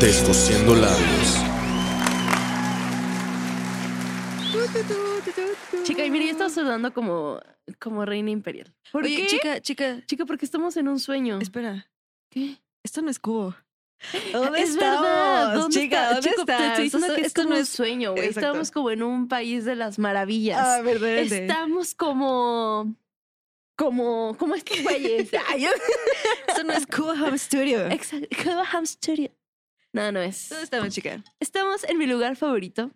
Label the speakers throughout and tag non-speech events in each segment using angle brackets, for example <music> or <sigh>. Speaker 1: Descosiendo labios.
Speaker 2: Chica, y mira, yo estaba sudando como, como reina imperial.
Speaker 3: ¿Por Mm.
Speaker 2: qué?
Speaker 3: chica, chica,
Speaker 2: Chica, porque estamos en un sueño.
Speaker 3: espera.
Speaker 2: ¿Qué?
Speaker 3: Esto no es cubo.
Speaker 2: es
Speaker 3: estamos?
Speaker 2: verdad. ¿Dónde
Speaker 3: Chica,
Speaker 2: está?
Speaker 3: ¿dónde
Speaker 2: Chico, te
Speaker 3: estás?
Speaker 2: estoy diciendo
Speaker 3: Esto-
Speaker 2: que
Speaker 3: esto
Speaker 2: esto
Speaker 3: no
Speaker 2: no es un
Speaker 3: es-
Speaker 2: sueño, güey.
Speaker 3: Exacto.
Speaker 2: Estábamos como en un país de las maravillas.
Speaker 3: Ah, verdad.
Speaker 2: Estamos como. Como. Como estos güeyes.
Speaker 3: <laughs>
Speaker 2: Ay, yo-
Speaker 3: Esto no es cubo home studio.
Speaker 2: Exacto. Como hamster. No, no es.
Speaker 3: ¿Dónde estamos, chica?
Speaker 2: Estamos en mi lugar favorito.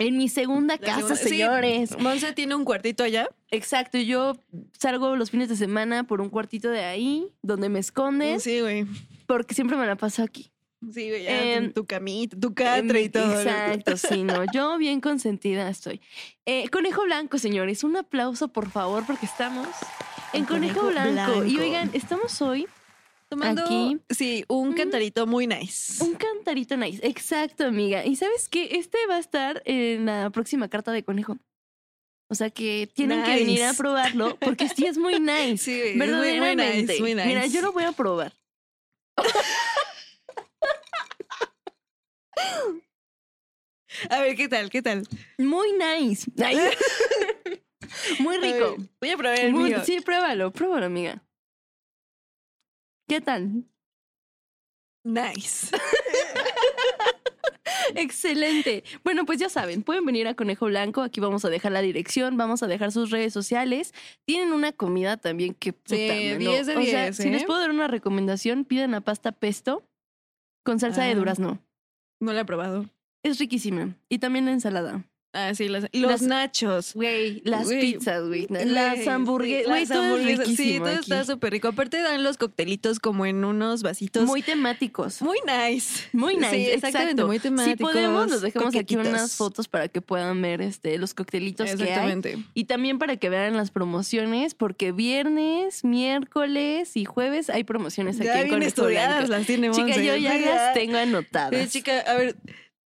Speaker 2: En mi segunda
Speaker 3: La
Speaker 2: casa,
Speaker 3: segunda- sí.
Speaker 2: señores.
Speaker 3: Monse tiene un cuartito allá.
Speaker 2: Exacto, yo salgo los fines de semana por un cuartito de ahí, donde me esconden,
Speaker 3: Mm, Sí, güey. Em,
Speaker 2: porque siempre me la paso aquí.
Speaker 3: Sí, güey.
Speaker 2: ya,
Speaker 3: en tu camita, tu
Speaker 2: En
Speaker 3: catre
Speaker 2: mi-
Speaker 3: y todo.
Speaker 2: Exacto,
Speaker 3: <laughs>
Speaker 2: sí, no, yo bien consentida estoy. Eh, Conejo Blanco, señores, un aplauso por favor, porque estamos en
Speaker 3: En
Speaker 2: Conejo,
Speaker 3: Conejo
Speaker 2: Blanco. Y
Speaker 3: Blanco.
Speaker 2: oigan, estamos hoy
Speaker 3: Tomando,
Speaker 2: Aquí.
Speaker 3: sí, un
Speaker 2: Mm.
Speaker 3: cantarito muy nice.
Speaker 2: un cantarito nice. Exacto, amiga. Y sabes que este va a estar en la próxima carta de Conejo. O sea que tienen que venir a
Speaker 3: Nice.
Speaker 2: probarlo, porque sí es muy nice.
Speaker 3: Sí, güey, <laughs> es muy- muy
Speaker 2: Verdaderamente.
Speaker 3: nice, muy nice.
Speaker 2: Mira, yo lo voy a probar.
Speaker 3: A ver, ¿qué tal? ¿Qué tal?
Speaker 2: Muy nice.
Speaker 3: <laughs>
Speaker 2: <laughs> Muy
Speaker 3: A
Speaker 2: rico.
Speaker 3: ver, Voy a probar el
Speaker 2: Muy-
Speaker 3: mío.
Speaker 2: sí, pruébalo, pruébalo, amiga. ¿Qué tal?
Speaker 3: Nice.
Speaker 2: <laughs> Excelente. Bueno, pues ya saben, pueden venir a Conejo Blanco. Aquí vamos a dejar la dirección, vamos a dejar sus redes sociales. Tienen una comida también que puta,
Speaker 3: Sí,
Speaker 2: mano.
Speaker 3: 10 de
Speaker 2: O sea,
Speaker 3: 10,
Speaker 2: si les
Speaker 3: ¿eh?
Speaker 2: puedo dar una recomendación, pidan la pasta pesto con salsa de
Speaker 3: Ah.
Speaker 2: durazno.
Speaker 3: No lo he probado.
Speaker 2: Es riquísima. Y también la ensalada.
Speaker 3: Ah, sí, las- los
Speaker 2: Las-
Speaker 3: nachos.
Speaker 2: Güey, las
Speaker 3: Güey,
Speaker 2: pizzas, güey.
Speaker 3: Güey,
Speaker 2: Las
Speaker 3: sí,
Speaker 2: hamburguesas.
Speaker 3: las
Speaker 2: Güey, todo es
Speaker 3: hamburguesas. Sí,
Speaker 2: riquísimo
Speaker 3: todo
Speaker 2: aquí.
Speaker 3: está súper rico. Aparte dan los coctelitos como en unos vasitos.
Speaker 2: Muy temáticos.
Speaker 3: muy nice.
Speaker 2: Muy nice,
Speaker 3: Sí, exactamente,
Speaker 2: exacto.
Speaker 3: muy
Speaker 2: Si
Speaker 3: temáticos.
Speaker 2: podemos, les dejamos aquí
Speaker 3: coquetitos.
Speaker 2: unas fotos para que puedan ver este, los coctelitos que hay.
Speaker 3: Exactamente.
Speaker 2: Y también para que vean las promociones, porque viernes, miércoles y jueves hay promociones aquí
Speaker 3: Ya
Speaker 2: en
Speaker 3: bien
Speaker 2: Conejo
Speaker 3: estudiadas
Speaker 2: Blanco.
Speaker 3: las tiene
Speaker 2: Chica,
Speaker 3: Monse.
Speaker 2: yo ya
Speaker 3: Sí,
Speaker 2: las tengo anotadas.
Speaker 3: Sí, chica, a ver,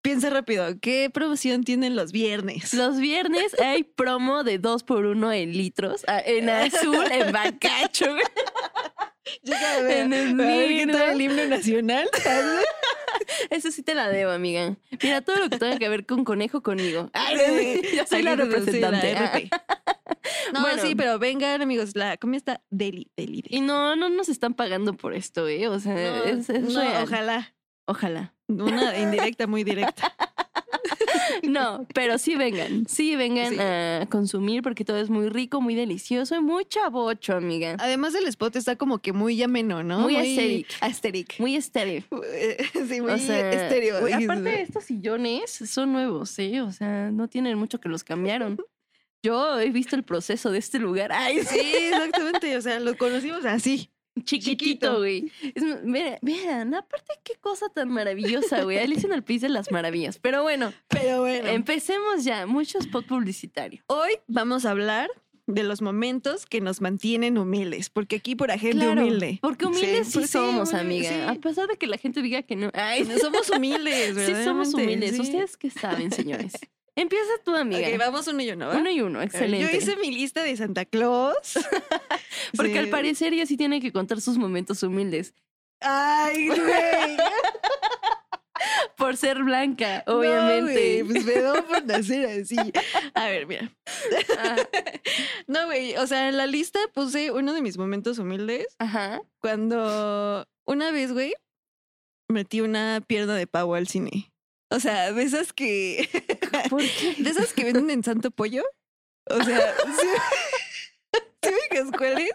Speaker 3: piensa rápido. ¿Qué promoción tienen los viernes?
Speaker 2: Los viernes hay promo de 2 por 1 en litros, ah,
Speaker 3: <laughs>
Speaker 2: en azul, en bacacho.
Speaker 3: Chica, <laughs> a
Speaker 2: En el
Speaker 3: a ver, ¿qué
Speaker 2: libro.
Speaker 3: tal el himno <laughs> nacional?
Speaker 2: Eso sí te la debo, amiga. Mira, todo lo que tenga que ver con Ah, conejo conmigo. Ay, yo soy la
Speaker 3: Aquí, sí,
Speaker 2: representante.
Speaker 3: la RP. ah. <laughs> No,
Speaker 2: Bueno.
Speaker 3: sí, pero vengan, amigos, la comida está deli, deli, deli.
Speaker 2: Y no, no nos están pagando por esto, ¿eh? O sea,
Speaker 3: No,
Speaker 2: es, es
Speaker 3: no,
Speaker 2: real.
Speaker 3: ojalá.
Speaker 2: Ojalá.
Speaker 3: Una indirecta, muy directa.
Speaker 2: No, pero sí vengan. Sí vengan
Speaker 3: Sí.
Speaker 2: a consumir porque todo es muy rico, muy delicioso y muy chavocho, amiga.
Speaker 3: <laughs> Además, el spot está como que muy ameno, ¿no?
Speaker 2: Muy aesthetic.
Speaker 3: Aesthetic. <laughs>
Speaker 2: Muy estéreo.
Speaker 3: Eh, Sí, muy
Speaker 2: O sea,
Speaker 3: estéreo.
Speaker 2: güey,
Speaker 3: dijiste.
Speaker 2: aparte estos sillones son nuevos, ¿eh? O sea, no tienen mucho que los cambiaron. Yo he visto el proceso de este lugar. Ay,
Speaker 3: <laughs>
Speaker 2: sí,
Speaker 3: Sí, exactamente. O sea, lo conocimos así.
Speaker 2: chiquitito,
Speaker 3: Chiquito.
Speaker 2: güey. Es- Mira, vean, aparte qué cosa tan maravillosa, güey. Alicia en el País de las Maravillas. Pero bueno,
Speaker 3: Pero bueno.
Speaker 2: empecemos ya. Mucho spot publicitario.
Speaker 3: Hoy vamos a hablar de los momentos que nos mantienen humildes, porque aquí por la gente humilde.
Speaker 2: Porque humildes sí,
Speaker 3: pues
Speaker 2: somos,
Speaker 3: humilde,
Speaker 2: amiga. A
Speaker 3: sí.
Speaker 2: pesar de que la gente diga que no. <laughs> Ay,
Speaker 3: No somos humildes,
Speaker 2: sí somos
Speaker 3: verdaderamente,
Speaker 2: humildes.
Speaker 3: sí.
Speaker 2: ¿Ustedes qué saben, señores? <laughs> Empieza tú, amiga.
Speaker 3: Ok, vamos uno y uno, ¿va?
Speaker 2: uno y uno, excelente.
Speaker 3: Yo hice mi lista de Santa
Speaker 2: <laughs>
Speaker 3: Claus.
Speaker 2: Porque
Speaker 3: Sí.
Speaker 2: al parecer ella sí tiene que contar sus momentos humildes.
Speaker 3: Ay, güey.
Speaker 2: Por ser blanca,
Speaker 3: No,
Speaker 2: obviamente.
Speaker 3: güey, pues me da por nacer así. A ver, mira.
Speaker 2: Ah,
Speaker 3: No, güey. O sea, en la lista puse uno de mis momentos humildes
Speaker 2: ajá.
Speaker 3: <laughs> cuando una vez, güey, metí una pierna de pavo al cine. O sea, de esas que.
Speaker 2: ¿Por qué?
Speaker 3: de esas que venden en Santo Pollo. O sea, sí. <laughs> ¿Sí ubicas cuál es?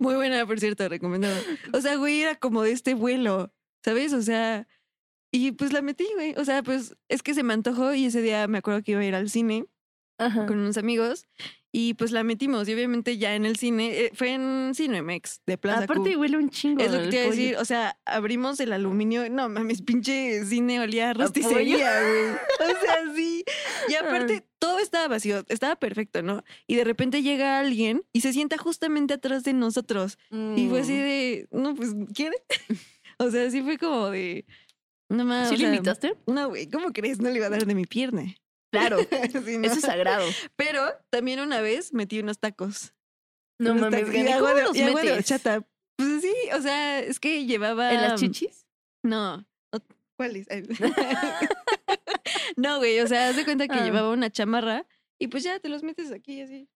Speaker 3: Muy buena, por cierto, recomendada. O sea, güey, era como de este vuelo, ¿sabes? O sea, y pues la metí, güey. O sea, pues es que se me antojó y ese día me acuerdo que iba a ir al cine
Speaker 2: Ajá.
Speaker 3: con unos amigos Y pues la metimos. Y obviamente ya en el cine, eh, fue en Cinemex de Plaza Q.
Speaker 2: Aparte huele un chingo.
Speaker 3: Es lo que
Speaker 2: el
Speaker 3: te iba a
Speaker 2: pollo.
Speaker 3: decir, o sea, abrimos el aluminio, no mames, pinche cine olía a rosticería, güey. O sea, sí.
Speaker 2: <laughs>
Speaker 3: Y aparte, todo estaba vacío, estaba perfecto, ¿no? Y de repente llega alguien y se sienta justamente atrás de nosotros. Y fue
Speaker 2: Mm.
Speaker 3: así de, no, pues, ¿quiere? <laughs> O sea, sí fue como de, no mames.
Speaker 2: ¿Sí
Speaker 3: ah, o
Speaker 2: le
Speaker 3: sea,
Speaker 2: invitaste?
Speaker 3: No, güey, ¿cómo crees? No le iba a dar de mi pierna.
Speaker 2: Claro,
Speaker 3: <laughs> Sí, ¿no?
Speaker 2: eso
Speaker 3: <laughs>
Speaker 2: es sagrado.
Speaker 3: Pero también una vez metí unos tacos.
Speaker 2: No
Speaker 3: Unos
Speaker 2: mames,
Speaker 3: tacos. Y
Speaker 2: Gani,
Speaker 3: agua
Speaker 2: ¿cómo
Speaker 3: de-
Speaker 2: los
Speaker 3: y agua de
Speaker 2: metes?
Speaker 3: horchata. Pues sí, o sea, es que llevaba.
Speaker 2: ¿En las chichis?
Speaker 3: No. ot- ¿Cuáles? Ay. <laughs> no, güey, o sea, haz de cuenta que
Speaker 2: Ah.
Speaker 3: llevaba una chamarra y pues ya te los metes aquí así.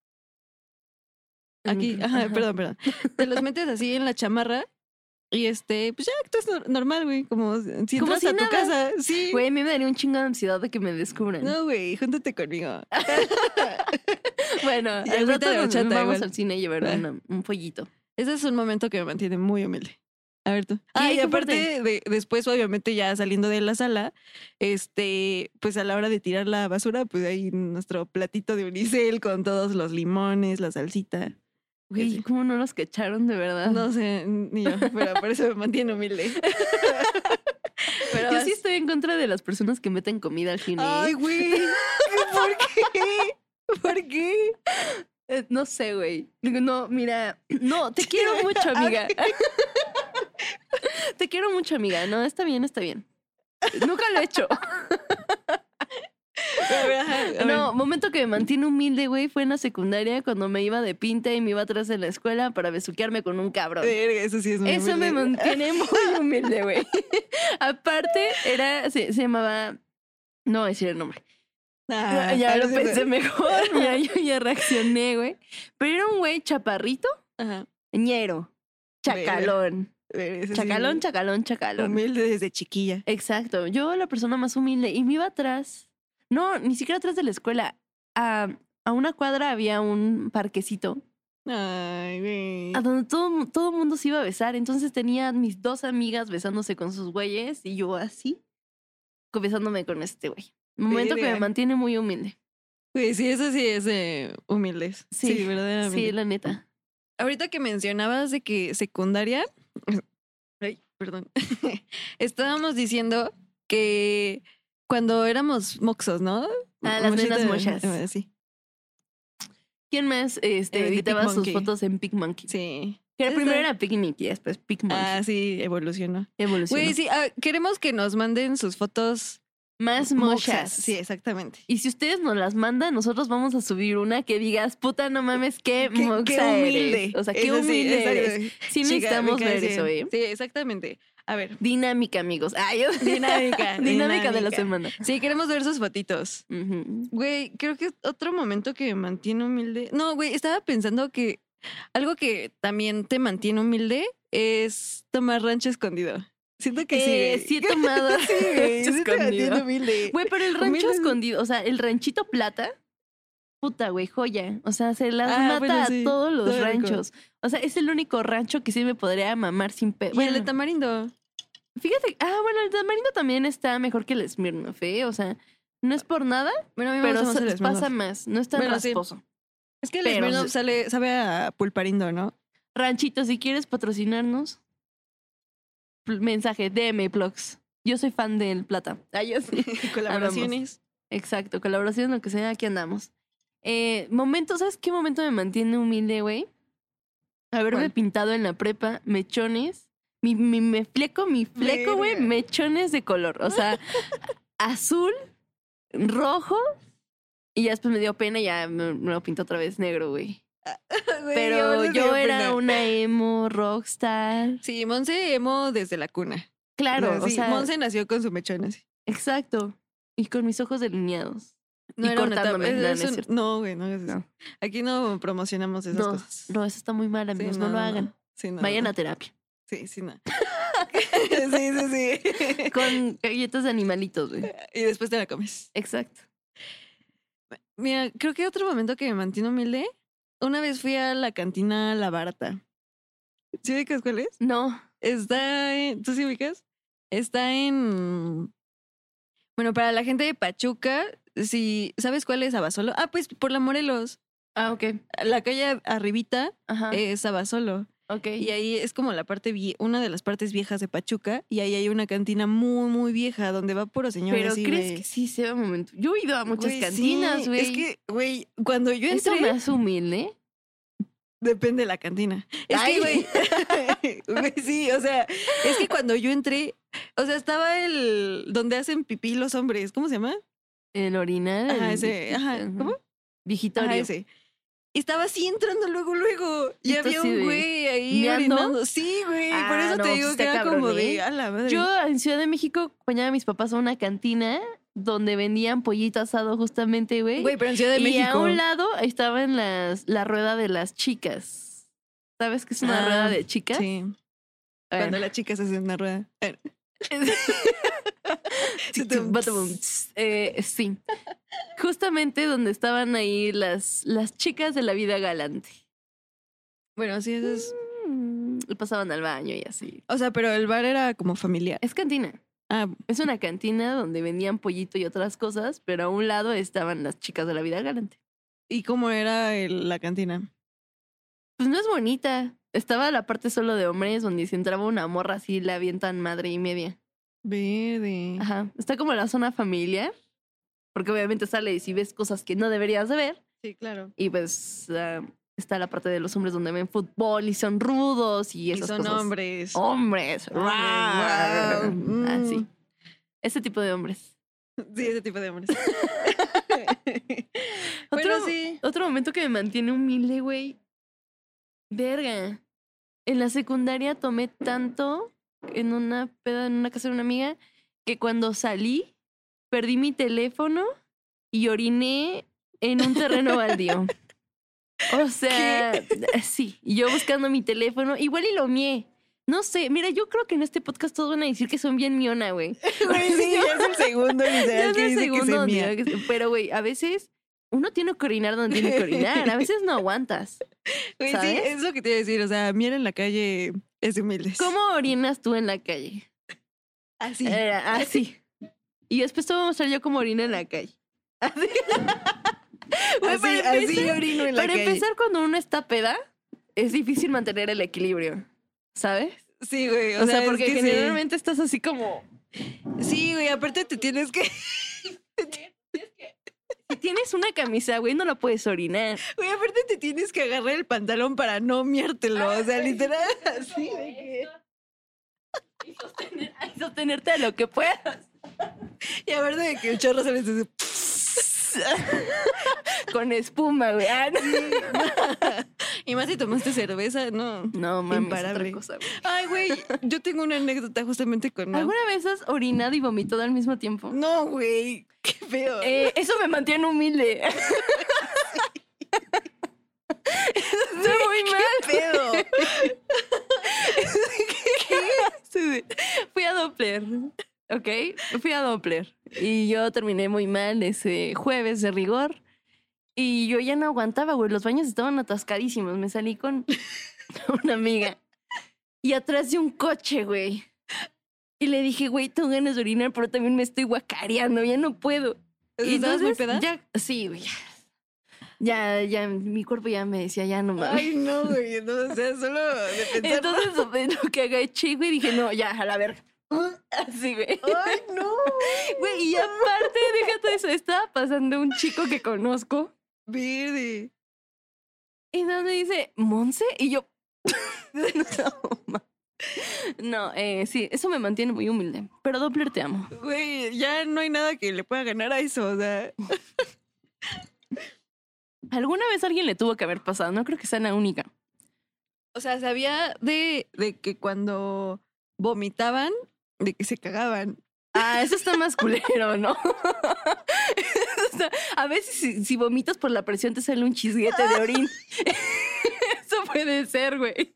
Speaker 3: Aquí,
Speaker 2: Mm,
Speaker 3: ajá, perdón, perdón. Te los metes así en la chamarra y este, pues ya actúas nor- normal, güey, como si
Speaker 2: Como
Speaker 3: entras
Speaker 2: si
Speaker 3: a tu
Speaker 2: nada.
Speaker 3: casa. Sí.
Speaker 2: Güey, a mí me daría un chingo de ansiedad de que me descubran.
Speaker 3: No, güey, júntate conmigo.
Speaker 2: Bueno,
Speaker 3: Y
Speaker 2: al
Speaker 3: agüita
Speaker 2: rato
Speaker 3: de
Speaker 2: nos-
Speaker 3: horchata
Speaker 2: vamos
Speaker 3: igual.
Speaker 2: al cine y llevar
Speaker 3: Va.
Speaker 2: una- un pollito.
Speaker 3: Ese es un momento que me mantiene muy humilde. A ver tú. Ah, y
Speaker 2: ¿Qué parte?
Speaker 3: aparte, de- después, obviamente, ya saliendo de la sala, este, pues a la hora de tirar la basura, pues ahí nuestro platito de unicel con todos los limones, la salsita.
Speaker 2: Güey,
Speaker 3: Sí.
Speaker 2: ¿cómo no los cacharon de verdad?
Speaker 3: No sé, ni yo, pero por eso me mantiene
Speaker 2: <laughs>
Speaker 3: humilde. pero
Speaker 2: Yo
Speaker 3: vas-
Speaker 2: sí estoy en contra de las personas que meten comida al cine. ¿eh?
Speaker 3: Ay, güey. ¿Por qué? ¿Por qué?
Speaker 2: Eh, No sé, güey. Digo, No, mira, <clears throat> no, te quiero mucho, amiga. <laughs> te quiero mucho, amiga. No, está bien, está bien. Nunca lo he <laughs> hecho.
Speaker 3: A ver, ajá, a ver.
Speaker 2: No, momento que me mantiene humilde, güey, fue en la secundaria cuando me iba de pinta y me iba atrás de la escuela para besuquearme con un cabrón.
Speaker 3: Verga, Eso sí es muy
Speaker 2: Eso me
Speaker 3: humilde. <laughs>
Speaker 2: mantiene muy humilde, güey. <laughs> Aparte, era, se, se llamaba. No voy a decir el nombre.
Speaker 3: Ah,
Speaker 2: ya lo
Speaker 3: sí, sí.
Speaker 2: pensé
Speaker 3: <laughs>
Speaker 2: mejor. Ya, yo ya reaccioné, güey. Pero era un güey chaparrito,
Speaker 3: Ajá.
Speaker 2: ñero, chacalón.
Speaker 3: Verga, eso sí.
Speaker 2: Chacalón, chacalón, chacalón.
Speaker 3: Humilde desde chiquilla.
Speaker 2: Exacto. Yo, la persona más humilde, y me iba atrás. No, ni siquiera atrás de la escuela. A, a una cuadra había un parquecito
Speaker 3: Ay, güey.
Speaker 2: a donde todo mu- todo el mundo se iba a besar. Entonces tenía mis dos amigas besándose con sus güeyes y yo así, co- besándome con este güey. Momento que me
Speaker 3: Verga.
Speaker 2: mantiene muy humilde.
Speaker 3: Güey, sí, eso sí es eh, humildes. Sí,
Speaker 2: Sí,
Speaker 3: verdaderamente.
Speaker 2: Sí, la neta.
Speaker 3: Ahorita que mencionabas de que secundaria. <laughs> Ay, perdón. <laughs> Estábamos diciendo que cuando éramos moxos, ¿no?
Speaker 2: Ah, las
Speaker 3: Mochita-
Speaker 2: nenas mochas.
Speaker 3: Ah, Sí.
Speaker 2: ¿Quién más este,
Speaker 3: Eh, de Pig
Speaker 2: editaba sus
Speaker 3: Monkey.
Speaker 2: fotos en Pig Monkey?
Speaker 3: Sí.
Speaker 2: Que
Speaker 3: Esa-
Speaker 2: primero era Picnic y después Pig Monkey.
Speaker 3: Ah, sí, evolucionó.
Speaker 2: Evolucionó.
Speaker 3: Güey, sí, ah, queremos que nos manden sus fotos
Speaker 2: Más mochas.
Speaker 3: moxas. Sí, exactamente.
Speaker 2: Y si ustedes nos las mandan, nosotros vamos a subir una que digas, puta, no mames, qué,
Speaker 3: Qué-
Speaker 2: moxa
Speaker 3: qué humilde.
Speaker 2: eres". O sea, qué
Speaker 3: Eso sí,
Speaker 2: humilde
Speaker 3: exacto.
Speaker 2: eres. Sí
Speaker 3: Chica,
Speaker 2: necesitamos
Speaker 3: me quedé
Speaker 2: ver
Speaker 3: así
Speaker 2: eso,
Speaker 3: de-
Speaker 2: ¿eh?
Speaker 3: Sí, exactamente. A ver,
Speaker 2: Dinámica, amigos. Ay, <laughs> yo-
Speaker 3: <laughs> Dinámica,
Speaker 2: dinámica de la
Speaker 3: dinámica.
Speaker 2: semana.
Speaker 3: sí, queremos ver sus fotitos.
Speaker 2: Ujú.
Speaker 3: Güey, creo que otro momento que me mantiene humilde. No, güey, estaba pensando que algo que también te mantiene humilde es tomar rancho escondido. Siento que
Speaker 2: Eh,
Speaker 3: sí.
Speaker 2: sí he
Speaker 3: güey.
Speaker 2: tomado
Speaker 3: <laughs> Sí, güey,
Speaker 2: <laughs> rancho
Speaker 3: sí te mantiene
Speaker 2: escondido.
Speaker 3: humilde.
Speaker 2: Güey,
Speaker 3: <laughs>
Speaker 2: pero el rancho
Speaker 3: Humilde.
Speaker 2: escondido, o sea, el ranchito plata, puta, güey, joya. O sea, se las
Speaker 3: Ah,
Speaker 2: mata
Speaker 3: bueno, sí,
Speaker 2: a todos los
Speaker 3: todo rico.
Speaker 2: ranchos. O sea, es el único rancho que sí me podría mamar sin pedo.
Speaker 3: Y el de tamarindo.
Speaker 2: fíjate, ah, bueno, el tamarindo también está mejor que el Smirnoff, ¿eh? O sea, no es por nada,
Speaker 3: Bueno, a mí me
Speaker 2: pero
Speaker 3: gusta más
Speaker 2: se-
Speaker 3: el
Speaker 2: pasa
Speaker 3: Smirnoff.
Speaker 2: más. No es tan
Speaker 3: Bueno, sí.
Speaker 2: rasposo.
Speaker 3: Es que el
Speaker 2: pero
Speaker 3: Smirnoff
Speaker 2: se-
Speaker 3: sale, sabe a pulparindo,
Speaker 2: <laughs>
Speaker 3: ¿no?
Speaker 2: Ranchito, si quieres patrocinarnos, pl- mensaje, DM, blogs. Yo soy fan del plata. Ah, yo sí.
Speaker 3: Colaboraciones.
Speaker 2: Exacto, colaboración, lo que sea, aquí andamos. Eh, momento, ¿sabes qué momento me mantiene humilde, güey? Haberme
Speaker 3: ¿Cuál?
Speaker 2: pintado en la prepa mechones, mi, mi- me fleco, mi fleco, güey,
Speaker 3: Verga.
Speaker 2: mechones de color. O
Speaker 3: <laughs>
Speaker 2: sea, azul, rojo, y ya después me dio pena y ya me, me lo pinté otra vez negro, güey.
Speaker 3: <laughs> Güey,
Speaker 2: Pero
Speaker 3: ahora sí
Speaker 2: yo
Speaker 3: me
Speaker 2: era
Speaker 3: prendo.
Speaker 2: una emo, rockstar.
Speaker 3: Sí, Monse emo desde la cuna.
Speaker 2: Claro, o
Speaker 3: Sí,
Speaker 2: sea,
Speaker 3: Monse nació con su mechón así.
Speaker 2: exacto. Y con mis ojos delineados. y
Speaker 3: una etapa,
Speaker 2: cortándome, no, no es
Speaker 3: un-
Speaker 2: cierto.
Speaker 3: no, güey, no hagas eso.
Speaker 2: No.
Speaker 3: Aquí no promocionamos esas
Speaker 2: no,
Speaker 3: cosas.
Speaker 2: no, eso está muy mal,
Speaker 3: Sí,
Speaker 2: amigos. no, lo hagan.
Speaker 3: Sí, no,
Speaker 2: Vayan
Speaker 3: no.
Speaker 2: a terapia.
Speaker 3: Sí, sí,
Speaker 2: <laughs>
Speaker 3: no. <laughs> sí, sí, sí.
Speaker 2: Con galletas de animalitos, güey.
Speaker 3: y después te la comes.
Speaker 2: Exacto.
Speaker 3: Mira, creo que otro momento que me mantiene humilde, una vez fui a la cantina La Barata. ¿Sí ubicas cuál es?
Speaker 2: No.
Speaker 3: Está en. ¿Tú sí ubicas? Está en. Bueno, para la gente de Pachuca, si. ¿Sabes cuál es Abasolo? Ah, pues por la Morelos.
Speaker 2: Ah, ok.
Speaker 3: La calle arribita
Speaker 2: Ajá.
Speaker 3: es Abasolo.
Speaker 2: Ah. ok.
Speaker 3: Eh, Y ahí es como la parte, vie- una de las partes viejas de Pachuca. Y ahí hay una cantina muy, muy vieja donde va puro señor.
Speaker 2: Pero crees que sí se ve momento. Yo he ido a muchas cantinas, güey.
Speaker 3: Es que, güey, cuando yo
Speaker 2: Eso
Speaker 3: entré,
Speaker 2: me hace humilde.
Speaker 3: depende de la cantina. Es
Speaker 2: Ay.
Speaker 3: que, güey, <laughs> güey, sí, o sea, es que cuando yo entré, o sea, estaba el donde hacen pipí los hombres, ¿cómo se llama?
Speaker 2: El orinar.
Speaker 3: Ajá,
Speaker 2: el
Speaker 3: ese, Mm, ajá,
Speaker 2: vigi-
Speaker 3: ¿cómo?
Speaker 2: Vigitorio.
Speaker 3: Ajá, ese. Y Estaba así entrando luego, luego. Y,
Speaker 2: Y tú
Speaker 3: había
Speaker 2: así de,
Speaker 3: un güey ahí
Speaker 2: ¿meando?
Speaker 3: orinando. Sí, güey. por
Speaker 2: Ah,
Speaker 3: eso
Speaker 2: no,
Speaker 3: te
Speaker 2: pues
Speaker 3: digo
Speaker 2: está
Speaker 3: que era
Speaker 2: cabrón,
Speaker 3: como
Speaker 2: ¿eh?
Speaker 3: de a la madre.
Speaker 2: Yo en Ciudad de México acompañaba a mis papás a una cantina donde vendían pollito asado justamente, güey.
Speaker 3: güey, pero en Ciudad de
Speaker 2: y
Speaker 3: México.
Speaker 2: a un lado estaban las, la rueda de las chicas. ¿Sabes qué es una
Speaker 3: Ah,
Speaker 2: rueda de chicas?
Speaker 3: Sí.
Speaker 2: Bueno.
Speaker 3: Cuando las chicas hacen una rueda. A <laughs> ver.
Speaker 2: Tic, tic, batabum, tss. Eh, sí. Justamente donde estaban ahí las, las chicas de la vida galante.
Speaker 3: Bueno, sí, eso es.
Speaker 2: Mm, y pasaban al baño y así.
Speaker 3: O sea, pero el bar era como familiar.
Speaker 2: Es cantina.
Speaker 3: Ah,
Speaker 2: Es una cantina donde vendían pollito y otras cosas, pero a un lado estaban las chicas de la vida galante.
Speaker 3: ¿y cómo era el- la cantina?
Speaker 2: Pues no es bonita. Estaba la parte solo de hombres donde si entraba una morra así la avientan madre y media.
Speaker 3: Verde.
Speaker 2: Ajá. Está como la zona familiar, porque obviamente sales y ves cosas que no deberías de ver.
Speaker 3: Sí, claro.
Speaker 2: Y pues ah, está la parte de los hombres donde ven fútbol y son rudos y
Speaker 3: Y, Oh.
Speaker 2: esas
Speaker 3: son
Speaker 2: cosas.
Speaker 3: hombres. Hombres,
Speaker 2: Hombres. rar.
Speaker 3: wow.
Speaker 2: Así.
Speaker 3: Mm.
Speaker 2: Ese tipo de hombres.
Speaker 3: <laughs> Sí, ese tipo de <laughs> hombres.
Speaker 2: Otro-
Speaker 3: bueno, sí.
Speaker 2: Otro momento que me mantiene humilde, güey. Verga. En la secundaria tomé tanto en una peda en una casa de una amiga que cuando salí perdí mi teléfono y oriné en un terreno baldío. O sea, sí, y yo buscando mi teléfono, igual y lo mié. No sé, mira, yo creo que en este podcast todos van a decir que son bien miona, güey.
Speaker 3: <laughs> Güey, <laughs> sí, ya es el segundo
Speaker 2: Ya
Speaker 3: literal
Speaker 2: es
Speaker 3: que
Speaker 2: el
Speaker 3: dice que
Speaker 2: segundo
Speaker 3: se
Speaker 2: donde
Speaker 3: mía.
Speaker 2: digo que se- Pero, güey, a veces uno tiene que orinar donde tiene que orinar. A veces
Speaker 3: <laughs>
Speaker 2: no aguantas.
Speaker 3: Güey, sí,
Speaker 2: ¿sabes?
Speaker 3: es lo que te iba a decir. O sea, miel en la calle es de humildes.
Speaker 2: ¿Cómo orinas tú en la calle?
Speaker 3: Así. <laughs>
Speaker 2: Era así. Y después te voy a mostrar yo cómo orino en la calle. <laughs>
Speaker 3: <laughs>
Speaker 2: Así. Güey,
Speaker 3: así,
Speaker 2: para
Speaker 3: así
Speaker 2: empezar-
Speaker 3: orino en la
Speaker 2: para
Speaker 3: calle.
Speaker 2: empezar, cuando uno está peda, es difícil mantener el equilibrio. ¿Sabes?
Speaker 3: Sí, güey.
Speaker 2: O,
Speaker 3: O,
Speaker 2: sea,
Speaker 3: es
Speaker 2: porque
Speaker 3: que sí.
Speaker 2: generalmente estás así como.
Speaker 3: Sí, güey. Aparte te tienes que. <laughs>
Speaker 2: Si tienes una camisa, güey, no la
Speaker 3: <laughs>
Speaker 2: puedes orinar.
Speaker 3: Güey, aparte te tienes que agarrar el pantalón para no miértelo. O sea, literal. Así de que.
Speaker 2: Y sostener- y sostenerte a lo que puedas.
Speaker 3: Y aparte de que el chorro se les hace. <laughs>
Speaker 2: Con espuma, güey. Ah, no.
Speaker 3: Y más si tomaste cerveza, no.
Speaker 2: No, mami, es otra
Speaker 3: Imparable.
Speaker 2: cosa, güey.
Speaker 3: Ay, güey. Yo tengo una anécdota justamente con. Mau.
Speaker 2: ¿Alguna vez has orinado y vomitado al mismo tiempo?
Speaker 3: No, güey. Qué feo.
Speaker 2: Eh, eso me mantiene humilde. Estoy muy mal.
Speaker 3: pedo.
Speaker 2: Sí, sí. Fui a Doppler, ¿ok? Fui a Doppler. Y yo terminé muy mal ese jueves de rigor. Y yo ya no aguantaba, güey. Los baños estaban atascadísimos. Me salí con <laughs> una amiga. Y atrás de un coche, güey. Y le dije, güey, tengo ganas de orinar, pero también me estoy guacareando. Ya no puedo.
Speaker 3: <laughs> ¿Y estabas muy peda?
Speaker 2: Ya, sí, güey. ya. Ya, ya, mi cuerpo ya me decía, ya no mames. <laughs>
Speaker 3: Ay, no, güey. No, o sea, solo de pensar.
Speaker 2: Entonces, de lo que agaché, güey, dije, no, ya, a la verga. <laughs> Así, <laughs> güey.
Speaker 3: Ay, no.
Speaker 2: Güey, y aparte, déjate eso, estaba pasando un chico que conozco
Speaker 3: Verde.
Speaker 2: y donde dice, Monse, y yo. <laughs> no, ma. no eh, sí, eso me mantiene muy humilde. Pero Doppler te amo.
Speaker 3: Güey, ya no hay nada que le pueda ganar a eso. O sea,
Speaker 2: Alguna vez alguien le tuvo que haber pasado, no creo que sea la única.
Speaker 3: o sea sabía de, de que cuando vomitaban, de que se cagaban.
Speaker 2: Ah, eso está más culero, ¿no? <laughs> Eso está- a veces si, si vomitas por la presión te sale un chisguete de orín. <laughs> Eso puede ser, güey.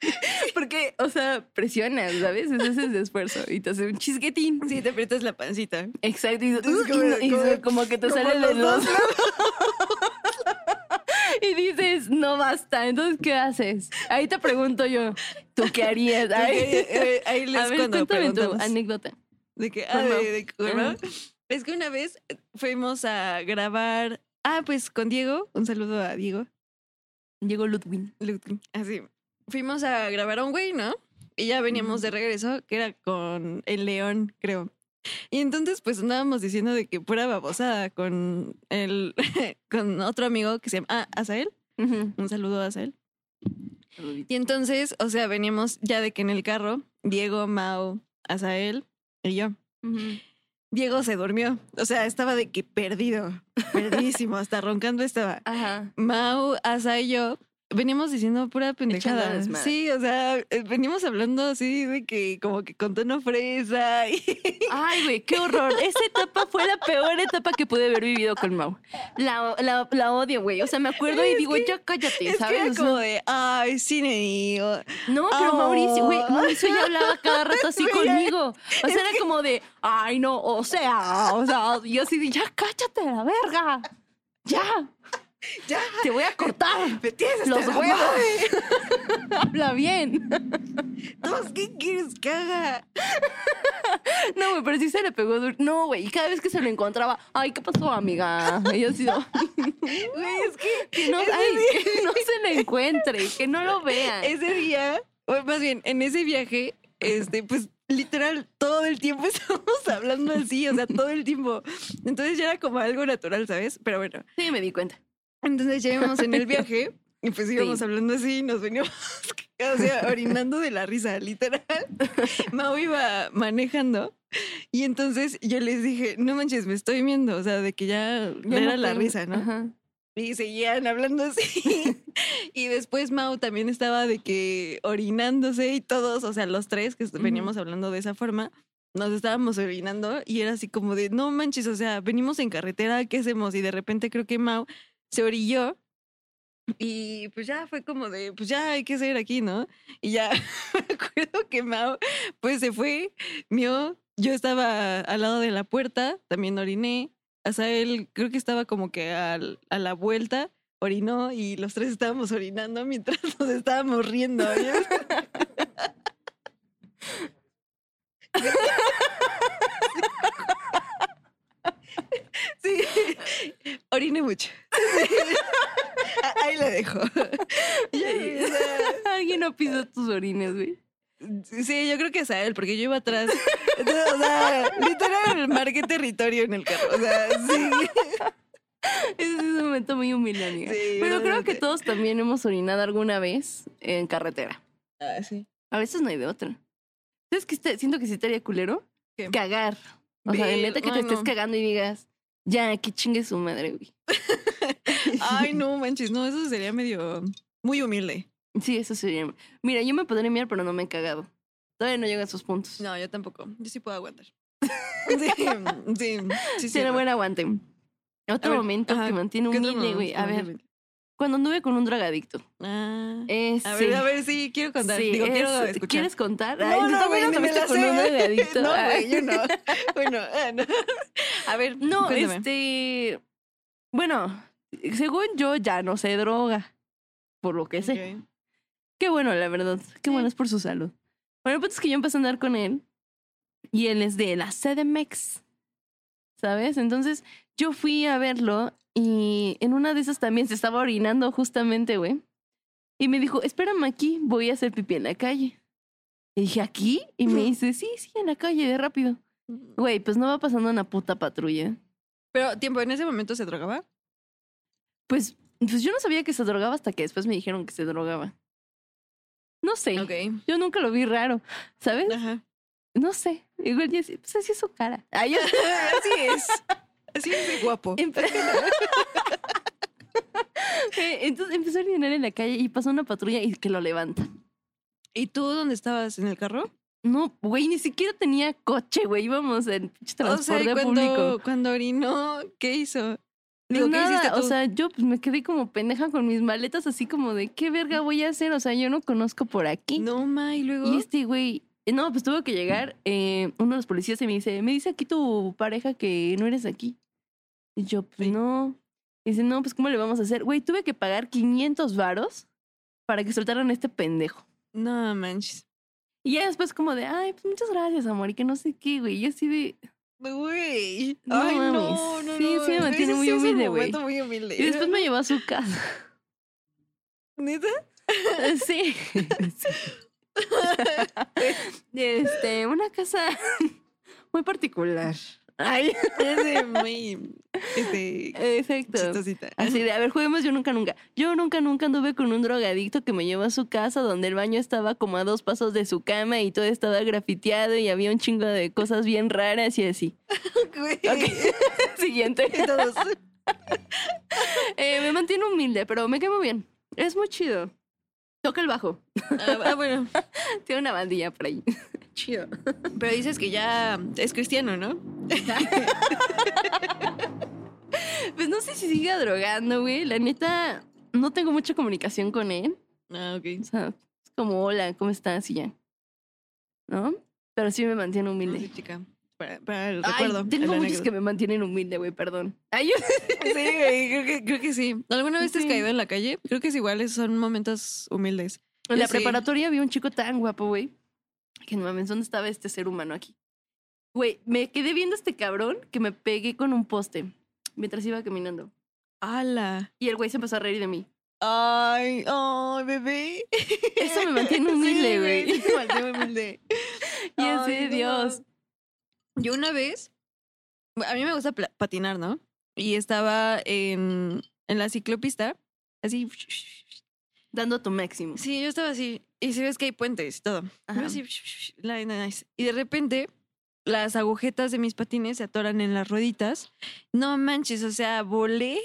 Speaker 2: Porque, o sea, presionas, ¿sabes? Ese es el esfuerzo y te hace un chisguetín.
Speaker 3: Sí, te aprietas la pancita.
Speaker 2: Exacto. Y,
Speaker 3: Entonces,
Speaker 2: y- y- y-
Speaker 3: como-
Speaker 2: como que te
Speaker 3: como
Speaker 2: sale
Speaker 3: los
Speaker 2: de
Speaker 3: dos
Speaker 2: los <laughs> Y dices, no basta. Entonces, ¿qué haces? Ahí te pregunto yo, ¿tú qué harías? Ay.
Speaker 3: Ahí, ahí- ahí les
Speaker 2: <laughs> a ver,
Speaker 3: cuando
Speaker 2: cuéntame tu
Speaker 3: preguntamos.
Speaker 2: anécdota.
Speaker 3: De que, ah,
Speaker 2: Con Mau.
Speaker 3: de, de- con Mau.
Speaker 2: Ajá.
Speaker 3: Es que una vez fuimos a grabar, ah, pues con Diego, un saludo a Diego.
Speaker 2: Llegó Ludwig.
Speaker 3: Ludwig. Así. Fuimos a grabar a un güey, ¿no? Y ya veníamos de regreso, que era con el león, creo. Y entonces, pues andábamos diciendo de que pura babosada con el <laughs> con otro amigo que se llama ah, Azael. Un saludo a Azael. Y entonces, o sea, veníamos ya de que en el carro, Diego, Mau, Azael y yo. Diego se durmió. O sea, estaba de que perdido, <laughs> perdidísimo, hasta roncando estaba. <laughs>
Speaker 2: Ajá.
Speaker 3: Mau, Asa y yo venimos diciendo pura
Speaker 2: Echando
Speaker 3: pendejada.
Speaker 2: desmadre.
Speaker 3: Sí, o sea, eh, venimos hablando así de que como que con tono fresa y <laughs>
Speaker 2: Ay, güey, qué horror. Esa etapa fue la peor etapa que pude haber vivido con Mau. La, la- la odio, güey. O sea, me acuerdo y
Speaker 3: Es
Speaker 2: digo,
Speaker 3: que-
Speaker 2: ya cállate,
Speaker 3: es que
Speaker 2: ¿sabes?
Speaker 3: era
Speaker 2: O sea,
Speaker 3: como de ay, cine. o-
Speaker 2: No, pero Mauricio, güey,
Speaker 3: Oh.
Speaker 2: Mauricio ya hablaba
Speaker 3: <laughs>
Speaker 2: cada rato así
Speaker 3: Güey,
Speaker 2: conmigo. O sea, era como de, ay, no, o sea, o sea, y yo así de, ya cállate a la verga. Ya,
Speaker 3: Ya,
Speaker 2: te voy a
Speaker 3: <laughs>
Speaker 2: cortar.
Speaker 3: me tienes hasta
Speaker 2: Los
Speaker 3: la
Speaker 2: huevos.
Speaker 3: madre.
Speaker 2: Habla bien.
Speaker 3: Todos, ¿qué quieres que haga?
Speaker 2: No, güey, pero sí se le pegó duro. No, güey, y cada vez que se lo encontraba, ay, ¿qué pasó, amiga? Y yo así,
Speaker 3: Güey, es que
Speaker 2: que no,
Speaker 3: ese
Speaker 2: ay,
Speaker 3: día-
Speaker 2: que no se le encuentre, que no lo vean.
Speaker 3: ese día, o más bien, en ese viaje, este, pues literal, todo el tiempo <laughs> estábamos hablando así, o sea, todo el tiempo. Entonces ya era como algo natural, ¿sabes? Pero bueno,
Speaker 2: Sí, me di cuenta.
Speaker 3: entonces ya íbamos
Speaker 2: <laughs>
Speaker 3: en el viaje y pues íbamos
Speaker 2: Sí.
Speaker 3: hablando así y nos veníamos, o sea, orinando de la risa, literal.
Speaker 2: <laughs>
Speaker 3: Mau iba manejando y entonces yo les dije, no manches, me estoy viendo, o sea, de que ya,
Speaker 2: Ya
Speaker 3: era
Speaker 2: no
Speaker 3: la
Speaker 2: tengo-
Speaker 3: risa, ¿no?
Speaker 2: Ajá.
Speaker 3: Y seguían hablando así. y después Mau también estaba de que orinándose y todos, o sea, los tres que
Speaker 2: Ujú.
Speaker 3: veníamos hablando de esa forma, nos estábamos orinando y era así como de, no manches, o sea, venimos en carretera, ¿qué hacemos? Y de repente creo que Mau se orilló. Y pues ya fue como de, pues ya hay que hacer aquí, ¿no? Y ya <laughs> me acuerdo que Mau, pues se fue, mío, yo estaba al lado de la puerta, también oriné, Azael creo que estaba como que al- a la vuelta, orinó y los tres estábamos orinando mientras <laughs> nos estábamos riendo. ¿eh? ¿ya? Sí, oriné mucho. Sí. A- Ahí la dejo. Y- y, o sea,
Speaker 2: Alguien no pisó tus orines, güey.
Speaker 3: Sí, yo creo que Azael, porque yo iba
Speaker 2: <laughs>
Speaker 3: atrás. Entonces, o sea, literal, marqué territorio en el carro. O sea, sí.
Speaker 2: Ese es un momento muy humilde, amiga.
Speaker 3: Sí,
Speaker 2: Pero creo que
Speaker 3: verdaderamente.
Speaker 2: todos también hemos orinado alguna vez en carretera.
Speaker 3: Ah, sí.
Speaker 2: A veces no hay de otra. ¿Sabes qué? este- Siento que sí estaría culero.
Speaker 3: ¿Qué?
Speaker 2: Cagar. O sea, de
Speaker 3: Ver,
Speaker 2: neta que te
Speaker 3: ay,
Speaker 2: estés
Speaker 3: no.
Speaker 2: cagando y digas, ya, que chingue su madre, güey. <laughs>
Speaker 3: Ay, no manches, no, eso sería medio muy humilde.
Speaker 2: Sí, eso sería. Mira, yo me podría mirar, pero no me he cagado. Todavía no llego a esos puntos.
Speaker 3: No, yo tampoco. Yo sí puedo aguantar. Sí, sí, sí.
Speaker 2: Será
Speaker 3: sí,
Speaker 2: buen aguante. Otro
Speaker 3: ver,
Speaker 2: momento
Speaker 3: ajá,
Speaker 2: que mantiene
Speaker 3: ¿qué otro
Speaker 2: humilde, güey.
Speaker 3: momento
Speaker 2: A ver,
Speaker 3: humilde?
Speaker 2: cuando anduve con un drogadicto.
Speaker 3: Ah,
Speaker 2: Ese.
Speaker 3: a ver, a ver, sí, quiero contar.
Speaker 2: Sí,
Speaker 3: Digo, quiero
Speaker 2: es-
Speaker 3: escuchar.
Speaker 2: ¿Quieres contar?
Speaker 3: No,
Speaker 2: Ay, tú
Speaker 3: no,
Speaker 2: también
Speaker 3: bueno, me
Speaker 2: anduviste
Speaker 3: la
Speaker 2: con
Speaker 3: sé.
Speaker 2: un
Speaker 3: <laughs>
Speaker 2: drogadicto.
Speaker 3: No,
Speaker 2: Ay.
Speaker 3: güey, yo
Speaker 2: <laughs>
Speaker 3: no. Bueno, ah, no. a ver,
Speaker 2: No,
Speaker 3: cuéntame.
Speaker 2: este. Bueno, según yo ya no sé droga. Por lo que sé.
Speaker 3: Ok.
Speaker 2: Qué bueno, la verdad.
Speaker 3: Sí.
Speaker 2: Qué bueno es por su salud. Bueno, el punto es que yo empecé a andar con él. Y él es de la CDMX. ¿Sabes? Entonces yo fui a verlo. Y en una de esas también se estaba orinando justamente, güey. Y me dijo, espérame aquí, voy a hacer pipí en la calle. Y dije, ¿aquí? Y me dice, sí, sí, en la calle, de rápido. Güey, pues no va pasando una puta patrulla.
Speaker 3: Pero, tiempo, ¿en ese momento se drogaba?
Speaker 2: Pues, pues yo no sabía que se drogaba hasta que después me dijeron que se drogaba. No sé.
Speaker 3: Ok.
Speaker 2: Yo nunca lo vi raro, ¿sabes?
Speaker 3: Ajá.
Speaker 2: No sé. Igual ya sí, pues así es su cara.
Speaker 3: <laughs>
Speaker 2: Ay, yo-
Speaker 3: Así es. Así es de <laughs> guapo.
Speaker 2: Empe- Eh, Entonces empezó a orinar en la calle y pasó una patrulla y que lo levanta.
Speaker 3: ¿Y tú dónde estabas? ¿En el carro?
Speaker 2: No, güey, ni siquiera tenía coche, güey. Íbamos en pinche transporte
Speaker 3: o sea, ¿y
Speaker 2: público.
Speaker 3: cuando, cuando orinó, ¿qué hizo? Digo, ¿qué
Speaker 2: Nada,
Speaker 3: hiciste
Speaker 2: o
Speaker 3: tú?
Speaker 2: sea, yo pues, me quedé como pendeja con mis maletas así como de qué verga voy a hacer. O sea, yo no conozco por aquí.
Speaker 3: No, ma, y luego.
Speaker 2: Y este güey, eh, no, pues tuvo que llegar eh, uno de los policías y me dice, me dice aquí tu pareja que no eres de aquí. Y yo, pues
Speaker 3: Sí.
Speaker 2: no. Y dice, no, pues ¿cómo le vamos a hacer? Güey, tuve que pagar 500 varos para que soltaran a este pendejo.
Speaker 3: No manches.
Speaker 2: Y ya después como de, ay, pues muchas gracias, amor, y que no sé qué, güey. Y yo así de...
Speaker 3: Güey.
Speaker 2: No
Speaker 3: Ay, no, no,
Speaker 2: mames.
Speaker 3: no.
Speaker 2: Sí, sí me
Speaker 3: no,
Speaker 2: mantiene
Speaker 3: ese
Speaker 2: muy
Speaker 3: sí es un
Speaker 2: humilde, güey.
Speaker 3: momento muy humilde.
Speaker 2: Y después me llevó a su casa.
Speaker 3: ¿Neta?
Speaker 2: <laughs> <laughs> Sí. Este, una casa <laughs> muy particular. Ay,
Speaker 3: Es de muy <laughs> este,
Speaker 2: exacto.
Speaker 3: chistosita.
Speaker 2: Así de, a ver, juguemos yo nunca, nunca. Yo nunca, nunca anduve con un drogadicto que me llevó a su casa donde el baño estaba como a dos pasos de su cama y todo estaba grafiteado y había un chingo de cosas bien raras y así.
Speaker 3: <laughs> Güey.
Speaker 2: <laughs> Siguiente.
Speaker 3: Y <laughs> todos,
Speaker 2: Eh, me mantiene humilde, pero me quemo bien. Es muy chido. Toca el bajo. <laughs>
Speaker 3: ah, ah, bueno,
Speaker 2: Tiene una bandilla por ahí. <laughs> Chido.
Speaker 3: pero dices que ya es cristiano, ¿no?
Speaker 2: Pues no sé si siga drogando, güey. La neta, no tengo mucha comunicación con él.
Speaker 3: Ah,
Speaker 2: O
Speaker 3: ok.
Speaker 2: sea, es como, hola, ¿cómo estás? Y ya. ¿No? Pero sí me mantiene humilde.
Speaker 3: Sí, chica. Para, para el
Speaker 2: Ay,
Speaker 3: recuerdo. la
Speaker 2: tengo muchos que
Speaker 3: anécdota.
Speaker 2: me mantienen humilde, güey, perdón. Ay, yo-
Speaker 3: Sí, güey, creo que, creo que sí. ¿Alguna vez te has
Speaker 2: Sí.
Speaker 3: caído en la calle? Creo que es igual, es- son momentos humildes.
Speaker 2: en la
Speaker 3: Sí.
Speaker 2: preparatoria había un chico tan guapo, güey, que no mames, ¿dónde estaba este ser humano aquí? Güey, me quedé viendo a este cabrón que me pegué con un poste mientras iba caminando.
Speaker 3: ¡Hala!
Speaker 2: Y el güey se empezó a reír de mí.
Speaker 3: ¡Ay, ay, bebé!
Speaker 2: Eso
Speaker 3: <laughs>
Speaker 2: me mantiene humilde, güey.
Speaker 3: Sí, me mantiene <laughs> humilde.
Speaker 2: y así,
Speaker 3: Ay, no.
Speaker 2: Dios.
Speaker 3: Yo una vez, a mí me gusta pla- patinar, ¿no? Y estaba en, en la ciclopista, así.
Speaker 2: Dando tu máximo.
Speaker 3: Sí, yo estaba así. Y se ves que hay puentes y todo.
Speaker 2: Ajá.
Speaker 3: Yo así, la- la- la- Y de repente, las agujetas de mis patines se atoran en las rueditas. No manches, o sea, volé.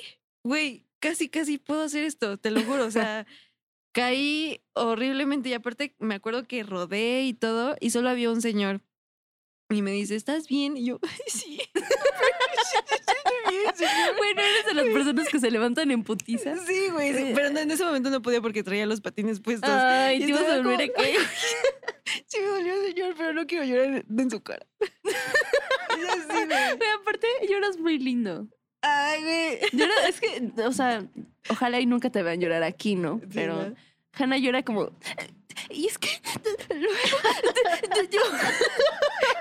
Speaker 3: Güey, casi, casi puedo hacer esto, te lo juro. O <laughs> sea, caí horriblemente. Y aparte, me acuerdo que rodé y todo, y solo había un señor. Y me dice, ¿estás bien? Y yo, sí. <laughs>
Speaker 2: Bueno, eres de las personas que se levantan en putiza.
Speaker 3: Sí, güey. sí. Pero no, en ese momento no podía porque traía los patines puestos.
Speaker 2: Ay,
Speaker 3: Y
Speaker 2: te ibas a
Speaker 3: estaba
Speaker 2: volver
Speaker 3: como-
Speaker 2: aquí.
Speaker 3: Sí, me dolió, señor, pero no quiero llorar en, en su <laughs> cara. Y así, güey.
Speaker 2: <laughs> Güey, aparte, lloras muy lindo.
Speaker 3: Ay, güey.
Speaker 2: Llora- es que, o sea, ojalá y nunca te vean llorar aquí, ¿no?
Speaker 3: Sí,
Speaker 2: Pero
Speaker 3: ¿no?
Speaker 2: Hannah llora como. Y es que. luego te-
Speaker 3: <laughs>
Speaker 2: te- yo-".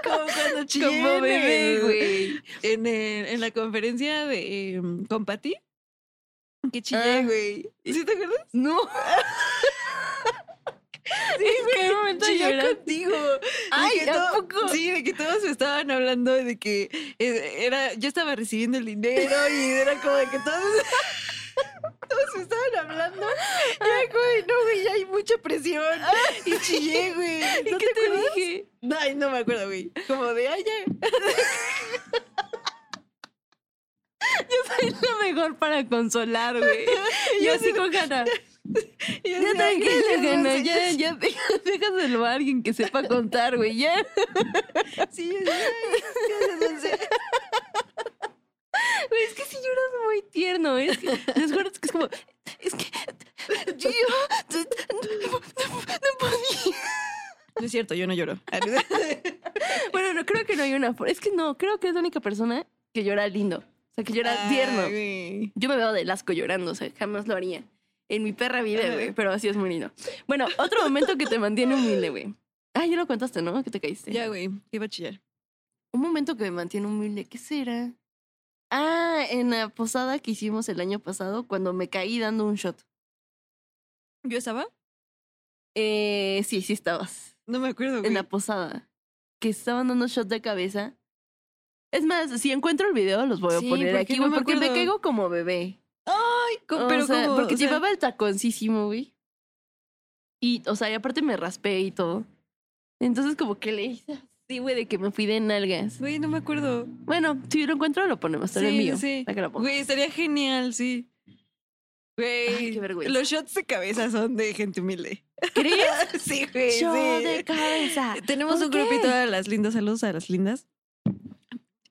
Speaker 3: Como cuando chillé
Speaker 2: como
Speaker 3: en
Speaker 2: bebé,
Speaker 3: el-
Speaker 2: güey.
Speaker 3: En, el- en la conferencia de em, con Pati. Que chillé,
Speaker 2: Ah.
Speaker 3: güey. ¿Sí te acuerdas?
Speaker 2: No. Sí, güey. ¿Qué momento
Speaker 3: Chillé
Speaker 2: lloras?
Speaker 3: contigo. De
Speaker 2: Ay,
Speaker 3: que
Speaker 2: ¿a
Speaker 3: to-
Speaker 2: poco?
Speaker 3: Sí, de que todos estaban hablando de que eh, era, yo estaba recibiendo el dinero y era como de que todos. <laughs> Todos me estaban hablando. Y era como de, no, güey, ya hay mucha
Speaker 2: <laughs>
Speaker 3: presión. Y chillé, güey.
Speaker 2: ¿Y
Speaker 3: ¿No
Speaker 2: qué
Speaker 3: te
Speaker 2: te,
Speaker 3: acuerdas?
Speaker 2: dije?
Speaker 3: Ay, no me acuerdo, güey. Como de, ay, ya.
Speaker 2: Soy lo mejor para consolar,
Speaker 3: <laughs>
Speaker 2: güey. Yo así con Hannah.
Speaker 3: Y así,
Speaker 2: Ya
Speaker 3: ay,
Speaker 2: tranquila,
Speaker 3: gracias,
Speaker 2: Hannah.
Speaker 3: sí,
Speaker 2: Ya, ya, déjaselo a alguien que sepa contar, güey. Ya. <laughs>
Speaker 3: Sí, sí, ay, gracias, Dulce.
Speaker 2: <laughs> Güey, es que si lloras muy tierno, es que, les juro que es como, es que yo no, no- no podía.
Speaker 3: No es cierto, yo no <laughs> lloro.
Speaker 2: Bueno, no creo que no hay una, for- es que no, creo que es la única persona que llora lindo, o sea, que llora tierno.
Speaker 3: Ay,
Speaker 2: Yo me veo del asco llorando, o sea, jamás lo haría. En mi perra vida,
Speaker 3: Ajá.
Speaker 2: güey, pero así es muy lindo. Bueno, otro momento que te mantiene humilde, güey. Ah, ya lo contaste, ¿no? Que te caíste.
Speaker 3: güey. Ya, güey, iba a chillar.
Speaker 2: Un momento que me mantiene humilde, ¿qué será? Ah, en la posada que hicimos el año pasado, cuando me caí dando un shot.
Speaker 3: ¿Yo estaba?
Speaker 2: Eh, sí, sí estabas.
Speaker 3: No me acuerdo, güey.
Speaker 2: En la posada. Que estaban dando shot de cabeza. Es más, si encuentro el video, los voy a
Speaker 3: Sí,
Speaker 2: poner
Speaker 3: porque
Speaker 2: aquí,
Speaker 3: no
Speaker 2: güey,
Speaker 3: me
Speaker 2: porque me
Speaker 3: acuerdo.
Speaker 2: caigo como bebé.
Speaker 3: Ay, co-
Speaker 2: O
Speaker 3: pero
Speaker 2: sea,
Speaker 3: como...
Speaker 2: Porque
Speaker 3: o sea,
Speaker 2: llevaba el taconcísimo, güey. Y, o sea, y aparte me raspé y todo. Entonces, como que le hice así, güey, de que me fui de nalgas.
Speaker 3: Güey, no me acuerdo.
Speaker 2: Bueno, si lo encuentro, lo ponemos. Está en el
Speaker 3: Sí,
Speaker 2: mío.
Speaker 3: sí.
Speaker 2: Acá lo pongo.
Speaker 3: Güey, estaría genial, sí.
Speaker 2: Ay,
Speaker 3: Güey,
Speaker 2: qué vergüenza.
Speaker 3: los shots de cabeza son de gente humilde. <laughs>
Speaker 2: ¿Crees? <laughs>
Speaker 3: sí, güey,
Speaker 2: Yo
Speaker 3: sí. <laughs>
Speaker 2: de cabeza.
Speaker 3: Tenemos
Speaker 2: ¿Por
Speaker 3: un
Speaker 2: qué?
Speaker 3: grupito de las lindas, saludos a las lindas.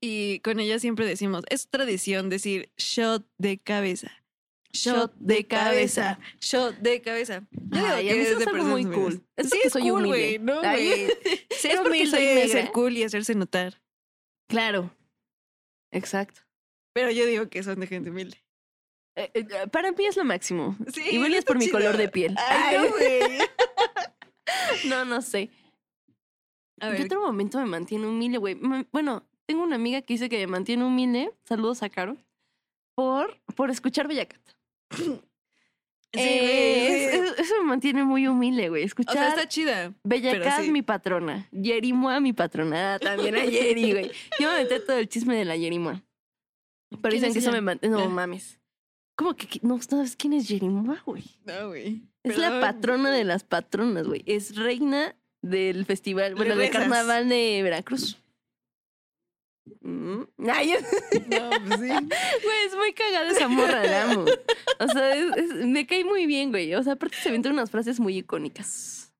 Speaker 3: Y con ellas siempre decimos, es tradición decir shot de cabeza. Shot de cabeza. Shot de cabeza. Yo
Speaker 2: Ay,
Speaker 3: digo
Speaker 2: a mí
Speaker 3: que
Speaker 2: se
Speaker 3: es
Speaker 2: me
Speaker 3: de
Speaker 2: hace algo muy
Speaker 3: personas humildes.
Speaker 2: cool. Es
Speaker 3: sí,
Speaker 2: porque
Speaker 3: es
Speaker 2: soy
Speaker 3: cool,
Speaker 2: humilde.
Speaker 3: güey. No,
Speaker 2: Ay. <laughs>
Speaker 3: güey. Ser
Speaker 2: Es porque soy
Speaker 3: humilde es
Speaker 2: negra.
Speaker 3: ser cool y hacerse notar.
Speaker 2: Claro. Exacto.
Speaker 3: Pero yo digo que son de gente humilde.
Speaker 2: Eh, eh, Para mí es lo máximo.
Speaker 3: Sí,
Speaker 2: Igual y es
Speaker 3: está
Speaker 2: por mi
Speaker 3: chido.
Speaker 2: color de piel.
Speaker 3: Ay, no, güey.
Speaker 2: <laughs> No, no sé.
Speaker 3: A
Speaker 2: ¿Qué
Speaker 3: ver,
Speaker 2: otro momento me mantiene humilde, güey? Mm, Bueno, tengo una amiga que dice que me mantiene humilde. Saludos a Caro. Por, por escuchar Bellacat.
Speaker 3: Sí,
Speaker 2: Eh,
Speaker 3: güey, sí.
Speaker 2: es- es- Eso me mantiene muy humilde, güey.
Speaker 3: O
Speaker 2: Escuchar
Speaker 3: sea, está chida. pero
Speaker 2: Bellacat,
Speaker 3: sí.
Speaker 2: mi patrona. Yerimoa, mi patronada. También
Speaker 3: <laughs>
Speaker 2: a Yeri, güey. Yo me metí a todo el chisme de la Yerimoa. Pero
Speaker 3: ¿Quién
Speaker 2: dicen
Speaker 3: es
Speaker 2: que eso
Speaker 3: ella?
Speaker 2: me mantiene. No
Speaker 3: Ah.
Speaker 2: mames. ¿Cómo que, que- no sabes quién es Yerimoa, güey?
Speaker 3: No, güey.
Speaker 2: Es la
Speaker 3: Perdón.
Speaker 2: patrona de las patronas, güey. Es reina del festival, bueno, del
Speaker 3: rezas.
Speaker 2: carnaval de Veracruz. Mm. Ay, es-
Speaker 3: <laughs> No, pues sí.
Speaker 2: Güey, es muy cagada esa morra, la amo. O sea, es- es- me cae muy bien, güey. O sea, aparte se inventan unas frases muy icónicas.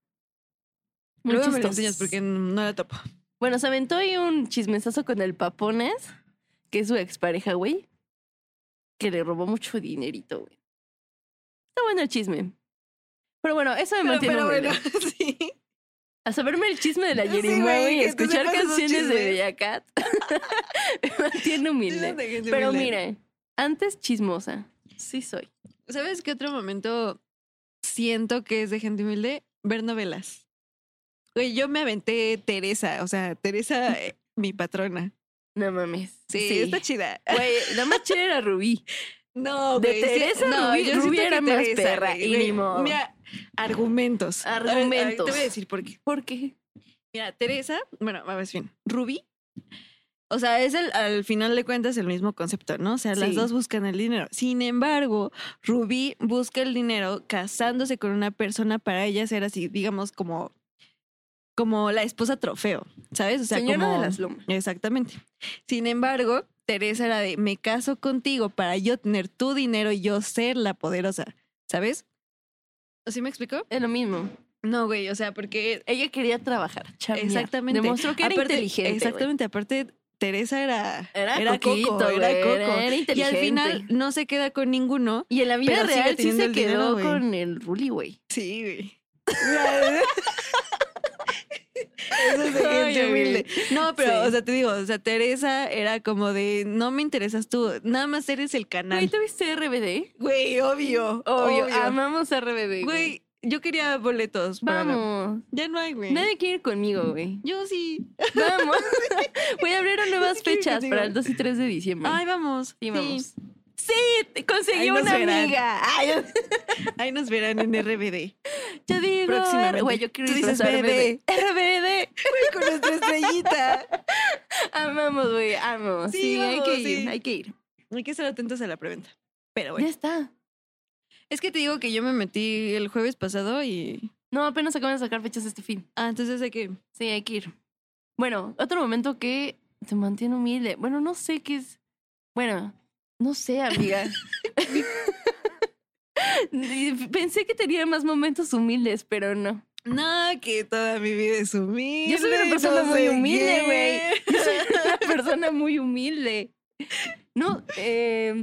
Speaker 2: Muy
Speaker 3: Luego me lo
Speaker 2: chistosas.
Speaker 3: enseñas porque no la topo.
Speaker 2: Bueno, se aventó ahí un chismesazo con el Papones, que es su expareja, güey, que le robó mucho dinerito, güey. Está bueno el chisme. Pero bueno, eso me
Speaker 3: Pero,
Speaker 2: mantiene
Speaker 3: pero
Speaker 2: humilde.
Speaker 3: bueno, <laughs> sí.
Speaker 2: A saberme el chisme de la
Speaker 3: Sí,
Speaker 2: Yerima,
Speaker 3: güey,
Speaker 2: güey, y
Speaker 3: que te
Speaker 2: escuchar
Speaker 3: sepas esos
Speaker 2: canciones de
Speaker 3: chismes.
Speaker 2: Bellacat <laughs> me mantiene humilde. Pero mira, antes chismosa. Sí soy.
Speaker 3: ¿Sabes qué otro momento siento que es de gente humilde? Ver novelas. Güey, yo me aventé Teresa, o sea, Teresa, eh, mi patrona.
Speaker 2: No mames.
Speaker 3: Sí, está chida.
Speaker 2: <laughs> Güey, la más chida era Rubí.
Speaker 3: No,
Speaker 2: De
Speaker 3: güey, sí,
Speaker 2: Teresa, Rubí-
Speaker 3: yo siento
Speaker 2: Rubí
Speaker 3: que
Speaker 2: era más perra,
Speaker 3: güey,
Speaker 2: y
Speaker 3: güey,
Speaker 2: ni modo.
Speaker 3: Mira, argumentos. A ver, a ver,
Speaker 2: Argumentos.
Speaker 3: Te voy a decir por qué.
Speaker 2: ¿Por qué?
Speaker 3: Mira, Teresa, bueno, más bien, Rubí. O sea, es el, al final de cuentas el mismo concepto, ¿no? O sea, las
Speaker 2: Sí.
Speaker 3: dos buscan el dinero. Sin embargo, Rubí busca el dinero casándose con una persona para ella ser así, digamos, como, como la esposa trofeo, ¿sabes? O sea,
Speaker 2: Señora
Speaker 3: como...
Speaker 2: de las Lomas.
Speaker 3: Exactamente. Sin embargo, Teresa era de, me caso contigo para yo tener tu dinero y yo ser la poderosa, ¿sabes? ¿Sí me explicó?
Speaker 2: Es lo mismo.
Speaker 3: No, güey, o sea, porque
Speaker 2: Ella quería trabajar, chambear.
Speaker 3: Exactamente.
Speaker 2: Demostró que era
Speaker 3: Aparte-
Speaker 2: inteligente. güey.
Speaker 3: Exactamente, aparte Teresa era,
Speaker 2: Era,
Speaker 3: era
Speaker 2: coquito,
Speaker 3: coco, era
Speaker 2: güey,
Speaker 3: coco.
Speaker 2: Era
Speaker 3: Y al
Speaker 2: inteligente.
Speaker 3: final no se queda con ninguno.
Speaker 2: Y en la vida
Speaker 3: Pero sigue
Speaker 2: real sí
Speaker 3: teniendo
Speaker 2: se
Speaker 3: el dinero,
Speaker 2: quedó
Speaker 3: güey.
Speaker 2: con el Ruli, güey.
Speaker 3: Sí, güey. <laughs> Eso es de gente
Speaker 2: Ay,
Speaker 3: humilde. No, pero,
Speaker 2: Sí.
Speaker 3: o sea, te digo, o sea, Teresa era como de, no me interesas tú, nada más eres el
Speaker 2: Güey,
Speaker 3: canal.
Speaker 2: ¿tú viste RBD?
Speaker 3: Güey, obvio,
Speaker 2: Obvio,
Speaker 3: obvio.
Speaker 2: amamos RBD. Güey,
Speaker 3: Güey, yo quería boletos. para la-
Speaker 2: vamos.
Speaker 3: Ya no hay, güey.
Speaker 2: Nadie quiere ir conmigo,
Speaker 3: <laughs>
Speaker 2: güey.
Speaker 3: Yo sí.
Speaker 2: Vamos. Güey, abrieron nuevas
Speaker 3: Nadie quiere ir
Speaker 2: fechas
Speaker 3: contigo.
Speaker 2: para el 2 y 3 de diciembre.
Speaker 3: Ay, vamos.
Speaker 2: sí, vamos. Sí, te-
Speaker 3: Ahí
Speaker 2: conseguí
Speaker 3: nos
Speaker 2: una
Speaker 3: verán.
Speaker 2: amiga. Ay, yo-
Speaker 3: Ahí nos verán en
Speaker 2: <laughs>
Speaker 3: RBD.
Speaker 2: yo digo,
Speaker 3: Próximamente.
Speaker 2: güey, yo quiero
Speaker 3: Tú dices
Speaker 2: disfrazarme <laughs> de
Speaker 3: BD.
Speaker 2: RBD.
Speaker 3: Güey, con nuestra estrellita.
Speaker 2: Amamos, güey, amo. Sí,
Speaker 3: Sí,
Speaker 2: hay
Speaker 3: vamos,
Speaker 2: que ir,
Speaker 3: sí.
Speaker 2: hay que ir.
Speaker 3: Hay que estar atentos a la preventa. Pero bueno.
Speaker 2: Ya está.
Speaker 3: Es que te digo que yo me metí el jueves pasado y.
Speaker 2: No, apenas acaban de sacar fechas este fin.
Speaker 3: Ah, entonces hay que.
Speaker 2: Sí, hay que ir. Bueno, otro momento que te mantiene humilde. Bueno, no sé qué es. Bueno, no
Speaker 3: <laughs>
Speaker 2: sé, amiga. <laughs> Pensé que tenía más momentos humildes, pero no.
Speaker 3: No, que toda mi vida es humilde.
Speaker 2: Yo soy una persona muy humilde, güey. Yo soy
Speaker 3: <laughs>
Speaker 2: una persona muy humilde. No, eh,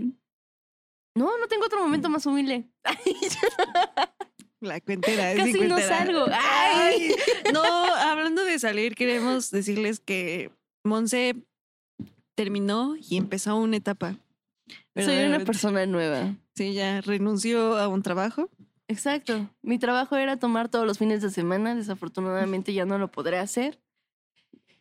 Speaker 2: no, no tengo otro
Speaker 3: Mm.
Speaker 2: momento más humilde.
Speaker 3: La cuentera. es mi
Speaker 2: Casi no
Speaker 3: cuentera.
Speaker 2: salgo. Ay.
Speaker 3: Ay, <laughs> no, hablando de salir, queremos decirles que Monse terminó y empezó una etapa.
Speaker 2: Soy una
Speaker 3: Verdaderamente.
Speaker 2: persona nueva.
Speaker 3: Sí, ya renunció a un trabajo.
Speaker 2: Exacto. Mi trabajo era tomar todos los fines de semana. Desafortunadamente ya no lo podré hacer.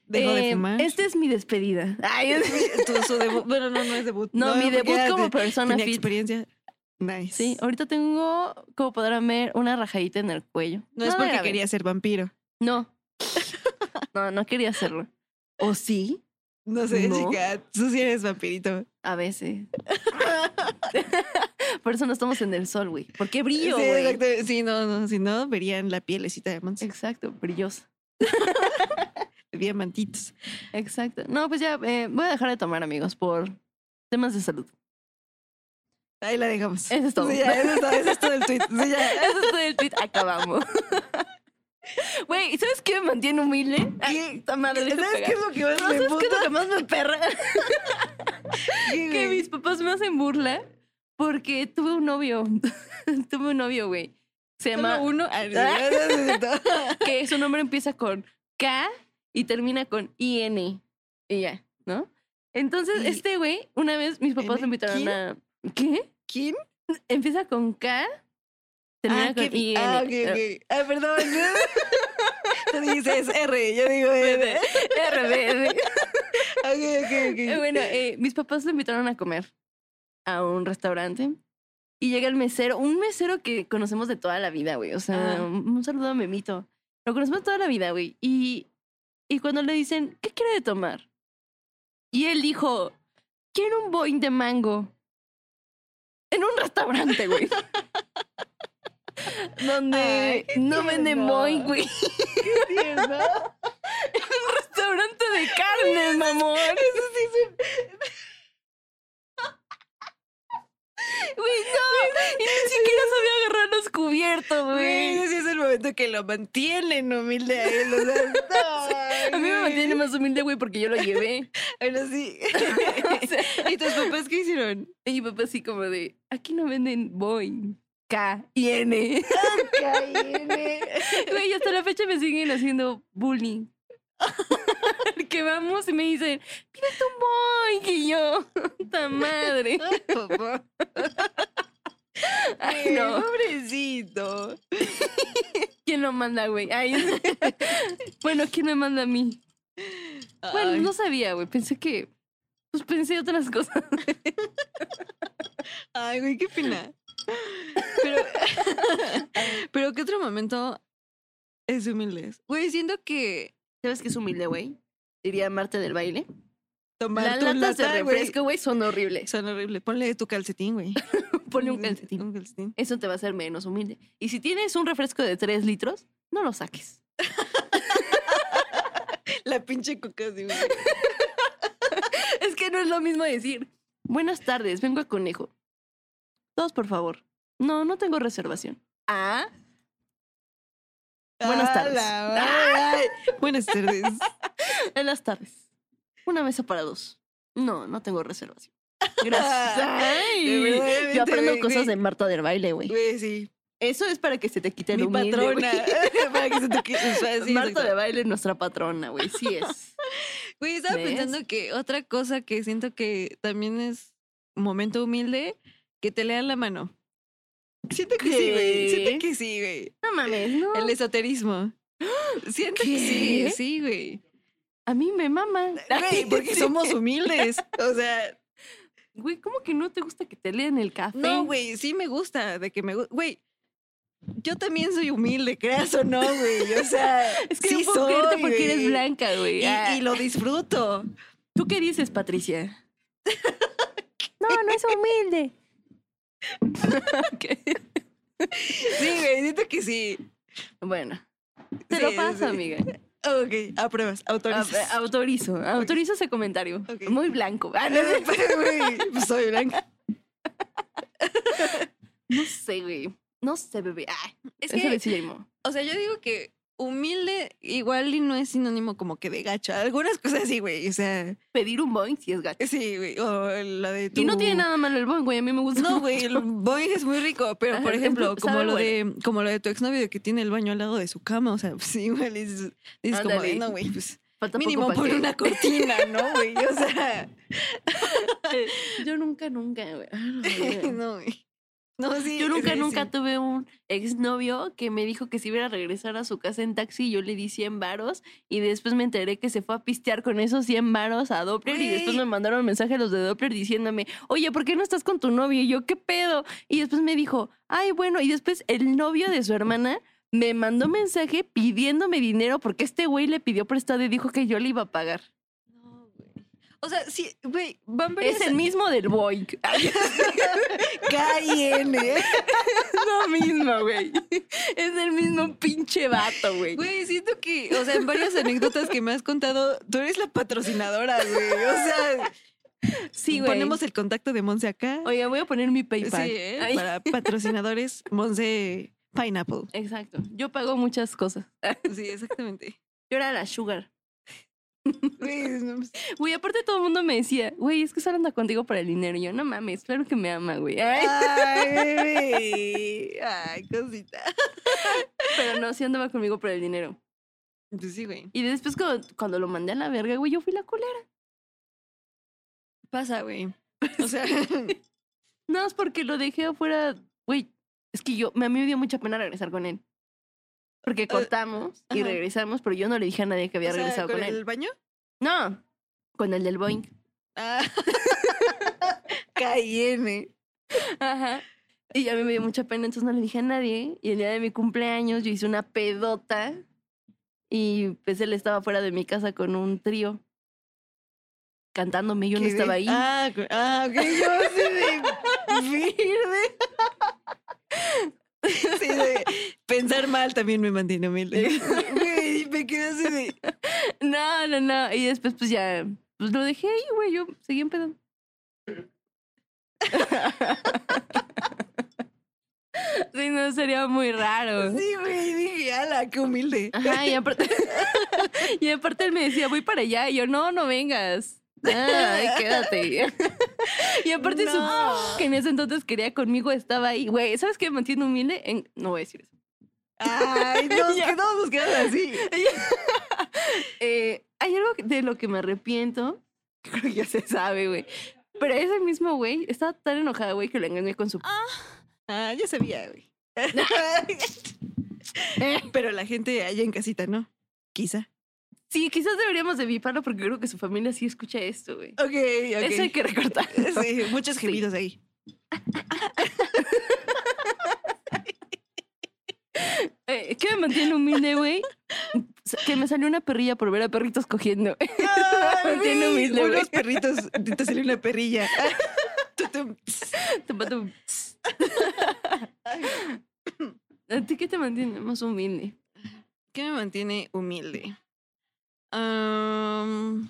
Speaker 3: Dejó de
Speaker 2: Eh,
Speaker 3: fumar. <laughs>
Speaker 2: Esta es mi despedida. Ay, es-
Speaker 3: Tu- su debut- bueno, no, no es debut.
Speaker 2: No, mi
Speaker 3: porque
Speaker 2: debut
Speaker 3: ya
Speaker 2: como
Speaker 3: te-
Speaker 2: persona
Speaker 3: tenía
Speaker 2: fit.
Speaker 3: experiencia. Nice.
Speaker 2: Sí, ahorita tengo, como podrán ver, una rajadita en el cuello.
Speaker 3: No es
Speaker 2: Nada
Speaker 3: porque
Speaker 2: grave.
Speaker 3: quería ser vampiro.
Speaker 2: No. <laughs> No, no quería hacerlo. ¿O sí?
Speaker 3: No sé,
Speaker 2: No.
Speaker 3: chica. Tú sí eres vampirito. <laughs>
Speaker 2: A veces. <laughs> Por eso no estamos en el sol, güey. Porque brillo,
Speaker 3: sí,
Speaker 2: güey.
Speaker 3: exacto. Sí, no, no. Si no, verían la pielecita de Monse.
Speaker 2: Exacto, brillosa.
Speaker 3: Diamantitos.
Speaker 2: Exacto. No, pues ya eh, voy a dejar de tomar, amigos, por temas
Speaker 3: <laughs>
Speaker 2: de salud.
Speaker 3: Ahí la dejamos.
Speaker 2: Eso es todo.
Speaker 3: Sí, ya, eso es todo. Eso es todo el tweet. Sí,
Speaker 2: <laughs>
Speaker 3: ya.
Speaker 2: Eso es todo el tweet. Acabamos. <laughs> Güey, ¿sabes qué me mantiene humilde? Ay, puta madre, deja
Speaker 3: ¿Sabes
Speaker 2: pegar.
Speaker 3: qué es lo que más
Speaker 2: ¿No
Speaker 3: me
Speaker 2: sabes qué es lo
Speaker 3: emputa?
Speaker 2: que más
Speaker 3: <laughs>
Speaker 2: me perra?
Speaker 3: Sí,
Speaker 2: que
Speaker 3: güey.
Speaker 2: mis papás me hacen burla porque tuve un novio. <laughs> tuve un novio, güey. Se
Speaker 3: Solo
Speaker 2: llama...
Speaker 3: uno. <laughs> Ah, no, no, no, no.
Speaker 2: <laughs> Que su nombre empieza con K y termina con IN. Y ya, ¿no? Entonces,
Speaker 3: Y-
Speaker 2: este güey, una vez mis
Speaker 3: ¿N?
Speaker 2: papás lo invitaron
Speaker 3: ¿Quién?
Speaker 2: a... ¿Qué?
Speaker 3: ¿Quién?
Speaker 2: Empieza con K, termina
Speaker 3: Ah,
Speaker 2: con
Speaker 3: qué-
Speaker 2: IN.
Speaker 3: Ah, ok, ok. Ah,
Speaker 2: <laughs>
Speaker 3: perdón. <laughs> Tú dices R, yo digo R.
Speaker 2: <laughs>
Speaker 3: <laughs>
Speaker 2: RBD.
Speaker 3: Ok, ok,
Speaker 2: Eh, <laughs>
Speaker 3: ok.
Speaker 2: Bueno, eh, mis papás lo invitaron a comer a un restaurante Y llega el mesero, un mesero que conocemos de toda la vida, güey. O sea,
Speaker 3: Ah.
Speaker 2: un un saludo a Memito. Lo conocemos de toda la vida, güey. Y, y cuando le dicen, ¿qué quiere de tomar? Y él dijo, quiero un boing de mango. En un
Speaker 3: <laughs>
Speaker 2: restaurante, güey. Donde
Speaker 3: Ay, qué
Speaker 2: no venden
Speaker 3: tierno.
Speaker 2: boing, güey. <laughs> Un restaurante de carnes, mamón.
Speaker 3: Eso sí es un-
Speaker 2: Güey, no. Y ni siquiera sabía agarrar los cubiertos,
Speaker 3: Güey,
Speaker 2: güey.
Speaker 3: ese sí es el momento que lo mantienen humilde a él. o sea,
Speaker 2: <laughs>
Speaker 3: no,
Speaker 2: A mí me
Speaker 3: güey.
Speaker 2: mantiene más humilde, güey, porque yo lo llevé.
Speaker 3: Bueno, sí.
Speaker 2: <laughs>
Speaker 3: <laughs>
Speaker 2: O sea,
Speaker 3: ¿Y tus papás qué hicieron?
Speaker 2: <laughs> y mi papá así como de, aquí no venden Boeing. K y <laughs> N. Güey, hasta la fecha me siguen haciendo <laughs> bullying. Porque vamos y me dicen, pídete un Boeing. Y yo, <laughs> puta <laughs> madre.
Speaker 3: Ay, papá.
Speaker 2: Ay, no.
Speaker 3: Eh, Pobrecito.
Speaker 2: ¿Quién lo manda, güey? Ay, <laughs> bueno, ¿quién me manda a mí? Bueno,
Speaker 3: Ay,
Speaker 2: no sabía, güey. Pensé que, pues pensé otras cosas.
Speaker 3: Ay, güey, qué pena. Pero, <laughs> pero qué otro momento es humilde. Güey, siento que
Speaker 2: <laughs> ¿Sabes qué es humilde, güey? Diría Marte del baile.
Speaker 3: tomar
Speaker 2: Las
Speaker 3: tu
Speaker 2: latas de
Speaker 3: lata, güey,
Speaker 2: refresco, güey, son <laughs> horribles.
Speaker 3: son horribles. Ponle tu calcetín, güey.
Speaker 2: Ponle un calcetín.
Speaker 3: Un calcetín.
Speaker 2: Eso te va a hacer menos humilde. Y si tienes un refresco de 3 litros, no lo saques.
Speaker 3: La pinche coca sí, güey.
Speaker 2: <laughs> Es que no es lo mismo decir, buenas tardes, vengo a Conejo. Dos, por favor. No, no tengo reservación. Ah, Buenas
Speaker 3: A
Speaker 2: tardes.
Speaker 3: la madre. Ah, Buenas tardes.
Speaker 2: <laughs> en las tardes. Una mesa para dos. No, no tengo reservación. Gracias. Ah.
Speaker 3: Ah,
Speaker 2: Ay,
Speaker 3: De verdad,
Speaker 2: yo aprendo
Speaker 3: güey,
Speaker 2: cosas
Speaker 3: güey.
Speaker 2: de Marta del baile, güey.
Speaker 3: Güey, sí.
Speaker 2: Eso es para que se te quite el
Speaker 3: Mi
Speaker 2: humilde,
Speaker 3: patrona.
Speaker 2: <laughs>
Speaker 3: <laughs>
Speaker 2: güey.
Speaker 3: Para que se te quite- o sea, sí,
Speaker 2: Marta
Speaker 3: exacto.
Speaker 2: de baile es nuestra patrona, güey. Sí es.
Speaker 3: Güey, estaba
Speaker 2: ¿Ves?
Speaker 3: pensando que otra cosa que siento que también es momento humilde, que te lean la mano. Siento que sí, güey.
Speaker 2: ¿Qué?
Speaker 3: Siento que sí, güey.
Speaker 2: <laughs> No mames, no.
Speaker 3: El esoterismo. <gasps> Siento que sí,
Speaker 2: ¿Qué?
Speaker 3: sí,
Speaker 2: <laughs>
Speaker 3: güey.
Speaker 2: A mí me mama. <laughs>
Speaker 3: Güey, porque
Speaker 2: Sí.
Speaker 3: somos humildes. O
Speaker 2: <laughs>
Speaker 3: sea,
Speaker 2: Güey, ¿cómo que no te gusta que te lean el café?
Speaker 3: no, güey, sí me gusta de que me gusta. Güey, yo también soy humilde, creas o no, güey. O sea,
Speaker 2: <laughs> Es que
Speaker 3: sí
Speaker 2: no puedo creerte
Speaker 3: soy,
Speaker 2: porque eres
Speaker 3: güey.
Speaker 2: blanca, güey.
Speaker 3: Y,
Speaker 2: Ah,
Speaker 3: y lo disfruto.
Speaker 2: ¿Tú qué dices, Patricia? <laughs> no, no es humilde. <laughs> Ok.
Speaker 3: Sí, güey, siento que sí.
Speaker 2: Bueno, te
Speaker 3: Sí,
Speaker 2: lo
Speaker 3: sí,
Speaker 2: paso,
Speaker 3: sí.
Speaker 2: amiga.
Speaker 3: Ok, apruebas, autorizas.
Speaker 2: A- Autorizo, autorizo ese comentario.
Speaker 3: Ok.
Speaker 2: Muy blanco. Ah, no,
Speaker 3: Eh, pues, <laughs> güey, pues, soy blanca.
Speaker 2: no sé, güey. No sé, bebé. Ah,
Speaker 3: Es
Speaker 2: eso
Speaker 3: que,
Speaker 2: decía mi mamá.
Speaker 3: o sea, yo digo que humilde igual y no es sinónimo como que de gacha. Algunas cosas sí, güey. O sea,
Speaker 2: Pedir un boing si es gacho.
Speaker 3: sí, güey. O la de tu...
Speaker 2: Y no tiene nada malo el boing, güey. A mí me gusta.
Speaker 3: No, güey, el Boeing es muy rico, pero
Speaker 2: Ajá,
Speaker 3: por
Speaker 2: es-
Speaker 3: ejemplo,
Speaker 2: sabe
Speaker 3: como lo de como lo de tu exnovio de que tiene el baño al lado de su cama, o sea, pues igual es, es como de,
Speaker 2: Ándale.
Speaker 3: no, güey, pues
Speaker 2: <laughs> Falta poco
Speaker 3: mínimo
Speaker 2: pa'
Speaker 3: por
Speaker 2: que- <laughs>
Speaker 3: una cortina, ¿no, güey? O sea,
Speaker 2: Yo nunca, nunca, <laughs> güey. Ah, no, güey.
Speaker 3: <laughs> no, güey. No, sí.
Speaker 2: Yo
Speaker 3: o
Speaker 2: nunca,
Speaker 3: sea,
Speaker 2: nunca
Speaker 3: sí.
Speaker 2: tuve un exnovio que me dijo que si iba a regresar a su casa en taxi, yo le di 100 varos y después me enteré que se fue a pistear con esos 100 varos a Doppler y después
Speaker 3: Güey.
Speaker 2: me mandaron mensaje a los de Doppler diciéndome, oye, ¿por qué no estás con tu novio? Y yo, ¿qué pedo? Y después me dijo, ay, bueno, y después el novio de su hermana me mandó mensaje pidiéndome dinero porque este güey le pidió prestado y dijo que yo le iba a pagar.
Speaker 3: No, güey. O sea, sí, güey, van
Speaker 2: es el mismo
Speaker 3: <laughs>
Speaker 2: del boy.
Speaker 3: K-I-N.
Speaker 2: <laughs> Es lo mismo, güey. Es el mismo pinche vato, güey.
Speaker 3: Güey, siento que, o sea, en varias anécdotas que me has contado, tú eres la patrocinadora, güey. O sea,
Speaker 2: Sí, güey.
Speaker 3: ponemos el contacto de Monse acá.
Speaker 2: Oiga, voy a poner mi PayPal.
Speaker 3: Sí, ¿eh?
Speaker 2: Ay,
Speaker 3: para patrocinadores Monse Pineapple.
Speaker 2: <laughs> Exacto. Yo pago muchas cosas.
Speaker 3: Sí, exactamente.
Speaker 2: Yo era la sugar.
Speaker 3: Güey, no, pues,
Speaker 2: Güey, aparte todo el mundo me decía, güey, es que solo anda contigo para el dinero. Y yo, no mames, claro que me ama, güey. Ay,
Speaker 3: Ay, bebé. Ay, cosita.
Speaker 2: pero no, sí andaba conmigo por el dinero.
Speaker 3: Pues sí, güey.
Speaker 2: Y después cuando, cuando lo mandé a la verga, güey, yo fui la culera.
Speaker 3: Pasa, güey. O
Speaker 2: <laughs>
Speaker 3: sea,
Speaker 2: No, es porque lo dejé afuera, güey. Es que yo, a mí me dio mucha pena regresar con él. Porque cortamos y
Speaker 3: Eh, ajá.
Speaker 2: regresamos, pero yo no le dije a nadie que había
Speaker 3: o sea,
Speaker 2: regresado con, él.
Speaker 3: el baño?
Speaker 2: No, con el del <laughs> Boeing.
Speaker 3: Ah. K-I-N.
Speaker 2: Ajá. Y a mí me dio mucha pena, entonces no le dije a nadie. Y el día de mi cumpleaños yo hice una pedota. Y pues él estaba fuera de mi casa con un trío. Cantándome, yo no
Speaker 3: Qué
Speaker 2: estaba ahí.
Speaker 3: bien. Ah, cu- ah, ok, yo
Speaker 2: <laughs>
Speaker 3: sí de verde. Sí, de pensar mal también me mantiene humilde. Güey, me quedé así de.
Speaker 2: No, no, no. Y después pues ya, pues lo dejé ahí, güey. Yo seguí
Speaker 3: <laughs>
Speaker 2: en pedo. <laughs> sí, no, sería muy raro.
Speaker 3: Sí, güey, dije, ala, qué <laughs> humilde.
Speaker 2: Ajá, y aparte, <laughs> y aparte él me decía, voy para allá. Y yo, no, no vengas. Ay, quédate. <laughs> y aparte
Speaker 3: No.
Speaker 2: supo que en ese entonces quería conmigo, estaba ahí. Güey, ¿sabes qué? Me mantiene humilde. en- No voy a decir eso.
Speaker 3: <laughs> Ay, nos
Speaker 2: Ya.
Speaker 3: quedamos nos quedamos así.
Speaker 2: Eh, hay algo de lo que me arrepiento, que creo que ya se sabe, güey. Pero ese mismo güey estaba tan enojada, güey, que lo engañé con <laughs> su...
Speaker 3: Ah, ya sabía, <laughs> güey.
Speaker 2: Eh,
Speaker 3: Pero la gente allá en casita, ¿no? Quizá.
Speaker 2: Sí, quizás deberíamos de biparlo porque creo que su familia sí escucha esto, güey.
Speaker 3: Ok, ok.
Speaker 2: Eso hay que recortar.
Speaker 3: Sí, <laughs> muchos gemidos ahí.
Speaker 2: Eh, ¿Qué me mantiene humilde, güey? Que me salió una perrilla por ver a perritos cogiendo. <laughs>
Speaker 3: Ay,
Speaker 2: Mantiene
Speaker 3: güey,
Speaker 2: humilde, güey.
Speaker 3: Unos perritos, te salió una <laughs> perrilla. Tutum.
Speaker 2: Tum, tum. ¿A ti qué te mantiene más humilde?
Speaker 3: ¿Qué me mantiene humilde? Am,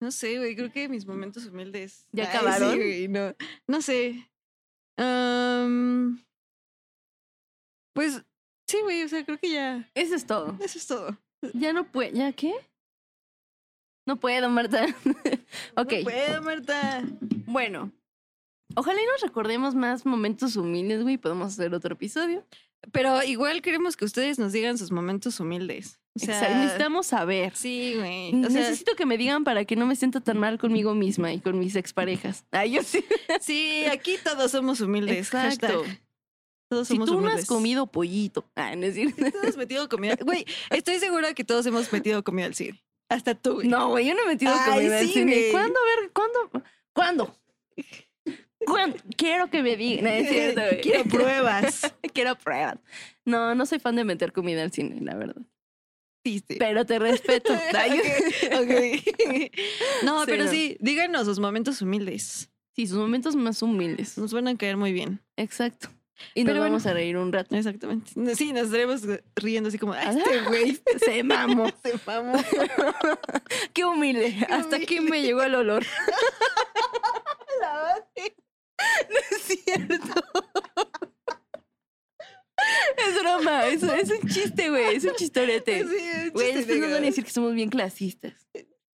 Speaker 3: no sé, güey, creo que mis momentos humildes.
Speaker 2: ¿Ya
Speaker 3: Ay, <laughs> sí,
Speaker 2: acabaron?
Speaker 3: güey, no, no sé. Am, pues sí, güey, o sea, creo que ya.
Speaker 2: Eso es todo.
Speaker 3: Eso es todo.
Speaker 2: Ya no puedo. ¿Ya qué? No puedo, Marta. ok.
Speaker 3: No puedo, Marta.
Speaker 2: bueno. Ojalá y nos recordemos más momentos humildes, güey. Podemos hacer otro episodio.
Speaker 3: Pero igual queremos que ustedes nos digan sus momentos humildes. O sea,
Speaker 2: Exacto, Necesitamos saber.
Speaker 3: Sí, <laughs> güey. O sea,
Speaker 2: Necesito que me digan para que no me sienta tan mal conmigo misma y con mis exparejas. Ay, yo sí.
Speaker 3: sí, aquí todos somos humildes.
Speaker 2: Exacto.
Speaker 3: hashtag. Todos
Speaker 2: Si
Speaker 3: somos
Speaker 2: tú no
Speaker 3: humildes.
Speaker 2: has comido pollito. Ah, no es cierto.
Speaker 3: Todos metido comida. <laughs> Güey, estoy segura que todos hemos metido comida al cine. Hasta tú, <laughs> güey.
Speaker 2: <laughs> No, güey, yo no he metido
Speaker 3: Ay,
Speaker 2: comida al
Speaker 3: sí,
Speaker 2: cine.
Speaker 3: güey.
Speaker 2: ¿Cuándo, ver? ¿Cuándo? ¿Cuándo? ¿Cuándo? Quiero que me digan. No, es cierto, güey.
Speaker 3: Quiero <laughs> pruebas.
Speaker 2: <laughs> Quiero pruebas. No, no soy fan de meter comida al cine, la verdad.
Speaker 3: Diste.
Speaker 2: Pero te <laughs> respeto.
Speaker 3: <laughs>
Speaker 2: Ay,
Speaker 3: Ok, ok. <laughs> No,
Speaker 2: Sí,
Speaker 3: pero
Speaker 2: no.
Speaker 3: sí, díganos sus momentos humildes.
Speaker 2: Sí, sus momentos más humildes.
Speaker 3: Nos van a caer muy bien.
Speaker 2: Exacto. Y
Speaker 3: Pero bueno.
Speaker 2: nos vamos a reír un rato.
Speaker 3: Exactamente. Sí, nos estaremos riendo así como, "Ah, este güey
Speaker 2: <laughs> Se mamó.
Speaker 3: <laughs> se mamó.
Speaker 2: Qué humilde. Hasta aquí me llegó el
Speaker 3: <laughs>
Speaker 2: olor. <laughs> Es cierto. Es broma. Es, es un chiste, güey. Es un chistorete.
Speaker 3: Sí,
Speaker 2: Güey,
Speaker 3: chiste
Speaker 2: después nos van a
Speaker 3: negro.
Speaker 2: decir que somos bien clasistas.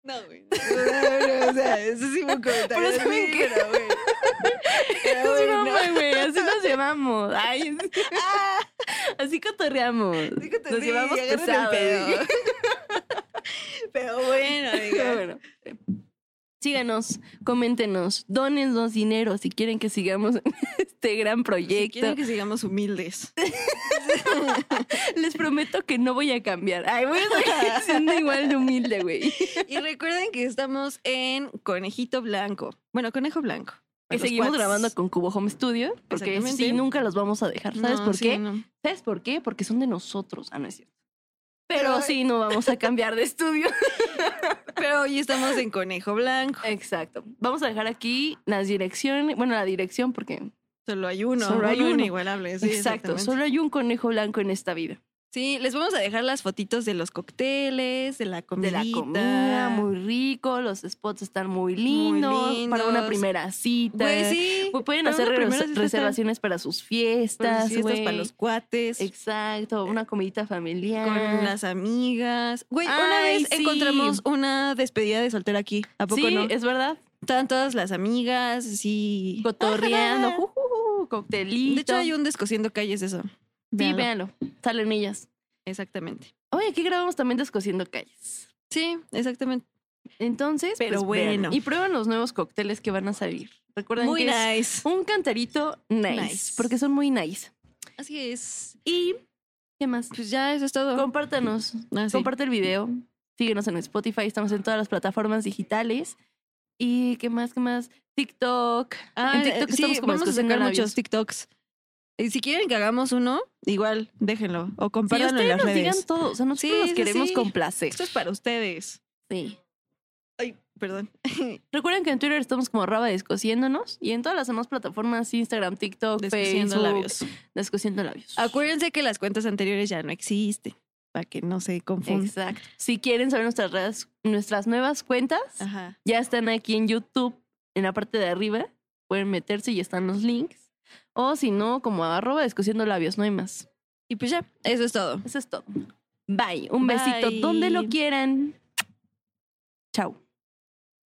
Speaker 3: No, güey. No, no, no, o sea, eso sí <laughs> fue un comentario.
Speaker 2: Pero ¿saben
Speaker 3: sí,
Speaker 2: qué?
Speaker 3: pero, <laughs> güey.
Speaker 2: Es
Speaker 3: Pero, güey, no.
Speaker 2: broma, güey. Así
Speaker 3: <laughs>
Speaker 2: nos llevamos. Ay, es- así cotorreamos.
Speaker 3: Sí que te-
Speaker 2: Nos
Speaker 3: sí,
Speaker 2: llevamos
Speaker 3: agarren el
Speaker 2: pesado.
Speaker 3: pedo. <laughs> Pero
Speaker 2: <laughs>
Speaker 3: bueno,
Speaker 2: Pero
Speaker 3: diga.
Speaker 2: bueno. Síganos, coméntenos, dónennos dinero si quieren que sigamos en este gran
Speaker 3: Si
Speaker 2: proyecto.
Speaker 3: quieren que sigamos
Speaker 2: <laughs>
Speaker 3: humildes.
Speaker 2: Les prometo que no voy a cambiar. Ay, voy a
Speaker 3: <laughs>
Speaker 2: seguir siendo igual de humilde, güey.
Speaker 3: Y recuerden que estamos en Conejito Blanco. Bueno, Conejo Blanco.
Speaker 2: Que
Speaker 3: Para los
Speaker 2: seguimos
Speaker 3: cuates.
Speaker 2: grabando con Cubo Home Studio, porque
Speaker 3: Exactamente.
Speaker 2: sí, nunca los vamos a dejar. ¿Sabes
Speaker 3: No,
Speaker 2: por
Speaker 3: sí,
Speaker 2: qué? <laughs>
Speaker 3: no.
Speaker 2: ¿Sabes por qué? Porque son de nosotros. Ah, no es cierto. Pero,
Speaker 3: Pero-
Speaker 2: sí, no vamos a cambiar de estudio. <laughs>
Speaker 3: Pero hoy estamos en Conejo Blanco.
Speaker 2: Exacto. Vamos a dejar aquí las direcciones. Bueno, la dirección, porque.
Speaker 3: Solo hay uno.
Speaker 2: Solo hay uno.
Speaker 3: inigualable. Sí,
Speaker 2: exacto.
Speaker 3: exactamente.
Speaker 2: Solo hay un conejo blanco en esta vida.
Speaker 3: Sí, les vamos a dejar las fotitos de los cócteles, de la
Speaker 2: De
Speaker 3: comida.
Speaker 2: la comida, muy rico. Los spots están muy lindos. Para una
Speaker 3: lindos.
Speaker 2: primera cita.
Speaker 3: Güey, Pues sí.
Speaker 2: Pu- Pueden
Speaker 3: Para
Speaker 2: hacer
Speaker 3: una
Speaker 2: res-
Speaker 3: primera cita
Speaker 2: reservaciones para sus
Speaker 3: para las
Speaker 2: fiestas.
Speaker 3: fiestas,
Speaker 2: güey.
Speaker 3: para los cuates.
Speaker 2: Exacto. Una comidita familiar.
Speaker 3: Eh, Con las amigas. Güey, una
Speaker 2: Ah. Ay,
Speaker 3: vez
Speaker 2: sí.
Speaker 3: encontramos una despedida de soltera aquí. ¿A poco
Speaker 2: Sí,
Speaker 3: no?
Speaker 2: es verdad.
Speaker 3: Estaban todas las amigas, así.
Speaker 2: Cotorreando.
Speaker 3: Ajá.
Speaker 2: jujuju, coctelito.
Speaker 3: De hecho, hay un descosiendo calles, eso.
Speaker 2: Sí,
Speaker 3: Véanlo.
Speaker 2: véanlo. Salen ellas.
Speaker 3: Exactamente.
Speaker 2: Oye, aquí grabamos también Descosiendo Calles.
Speaker 3: Sí, exactamente.
Speaker 2: Entonces,
Speaker 3: Pero
Speaker 2: pues,
Speaker 3: bueno.
Speaker 2: vean. Y prueban los nuevos cócteles que van a salir. Recuerden
Speaker 3: Muy
Speaker 2: que es
Speaker 3: nice.
Speaker 2: un cantarito nice,
Speaker 3: Nice.
Speaker 2: porque son muy nice.
Speaker 3: Así es.
Speaker 2: Y, ¿qué más?
Speaker 3: Pues ya, eso es todo.
Speaker 2: Compártanos.
Speaker 3: Ah, sí.
Speaker 2: Comparte el video. Síguenos en Spotify. Estamos en todas las plataformas digitales. ¿Y qué más? ¿Qué más? TikTok.
Speaker 3: Ah,
Speaker 2: en TikTok
Speaker 3: eh, sí,
Speaker 2: estamos como
Speaker 3: vamos a sacar
Speaker 2: escocescanlabios.
Speaker 3: muchos TikToks. Y si quieren que hagamos uno, igual déjenlo o
Speaker 2: Si ustedes
Speaker 3: compártanlo en las
Speaker 2: nos
Speaker 3: redes.
Speaker 2: digan todo. O sea, nosotros
Speaker 3: Sí,
Speaker 2: los
Speaker 3: sí,
Speaker 2: queremos
Speaker 3: sí.
Speaker 2: complacer.
Speaker 3: Esto es para ustedes.
Speaker 2: Sí.
Speaker 3: Ay, perdón.
Speaker 2: Recuerden que en Twitter estamos como arroba descosiéndonos y en todas las demás plataformas, Instagram, TikTok,
Speaker 3: Descosiendo
Speaker 2: Facebook,
Speaker 3: labios.
Speaker 2: descosiendo labios.
Speaker 3: Acuérdense que las cuentas anteriores ya no existen, para que no se confundan.
Speaker 2: Exacto. Si quieren saber nuestras redes- nuestras nuevas cuentas,
Speaker 3: Ajá.
Speaker 2: ya están aquí en YouTube, en la parte de arriba. Pueden meterse y están los links. O si no, como arroba descosiendo labios, no hay más.
Speaker 3: Y pues ya, eso es todo.
Speaker 2: Eso es todo. Bye. Un besito
Speaker 3: Bye.
Speaker 2: donde lo quieran. Chao.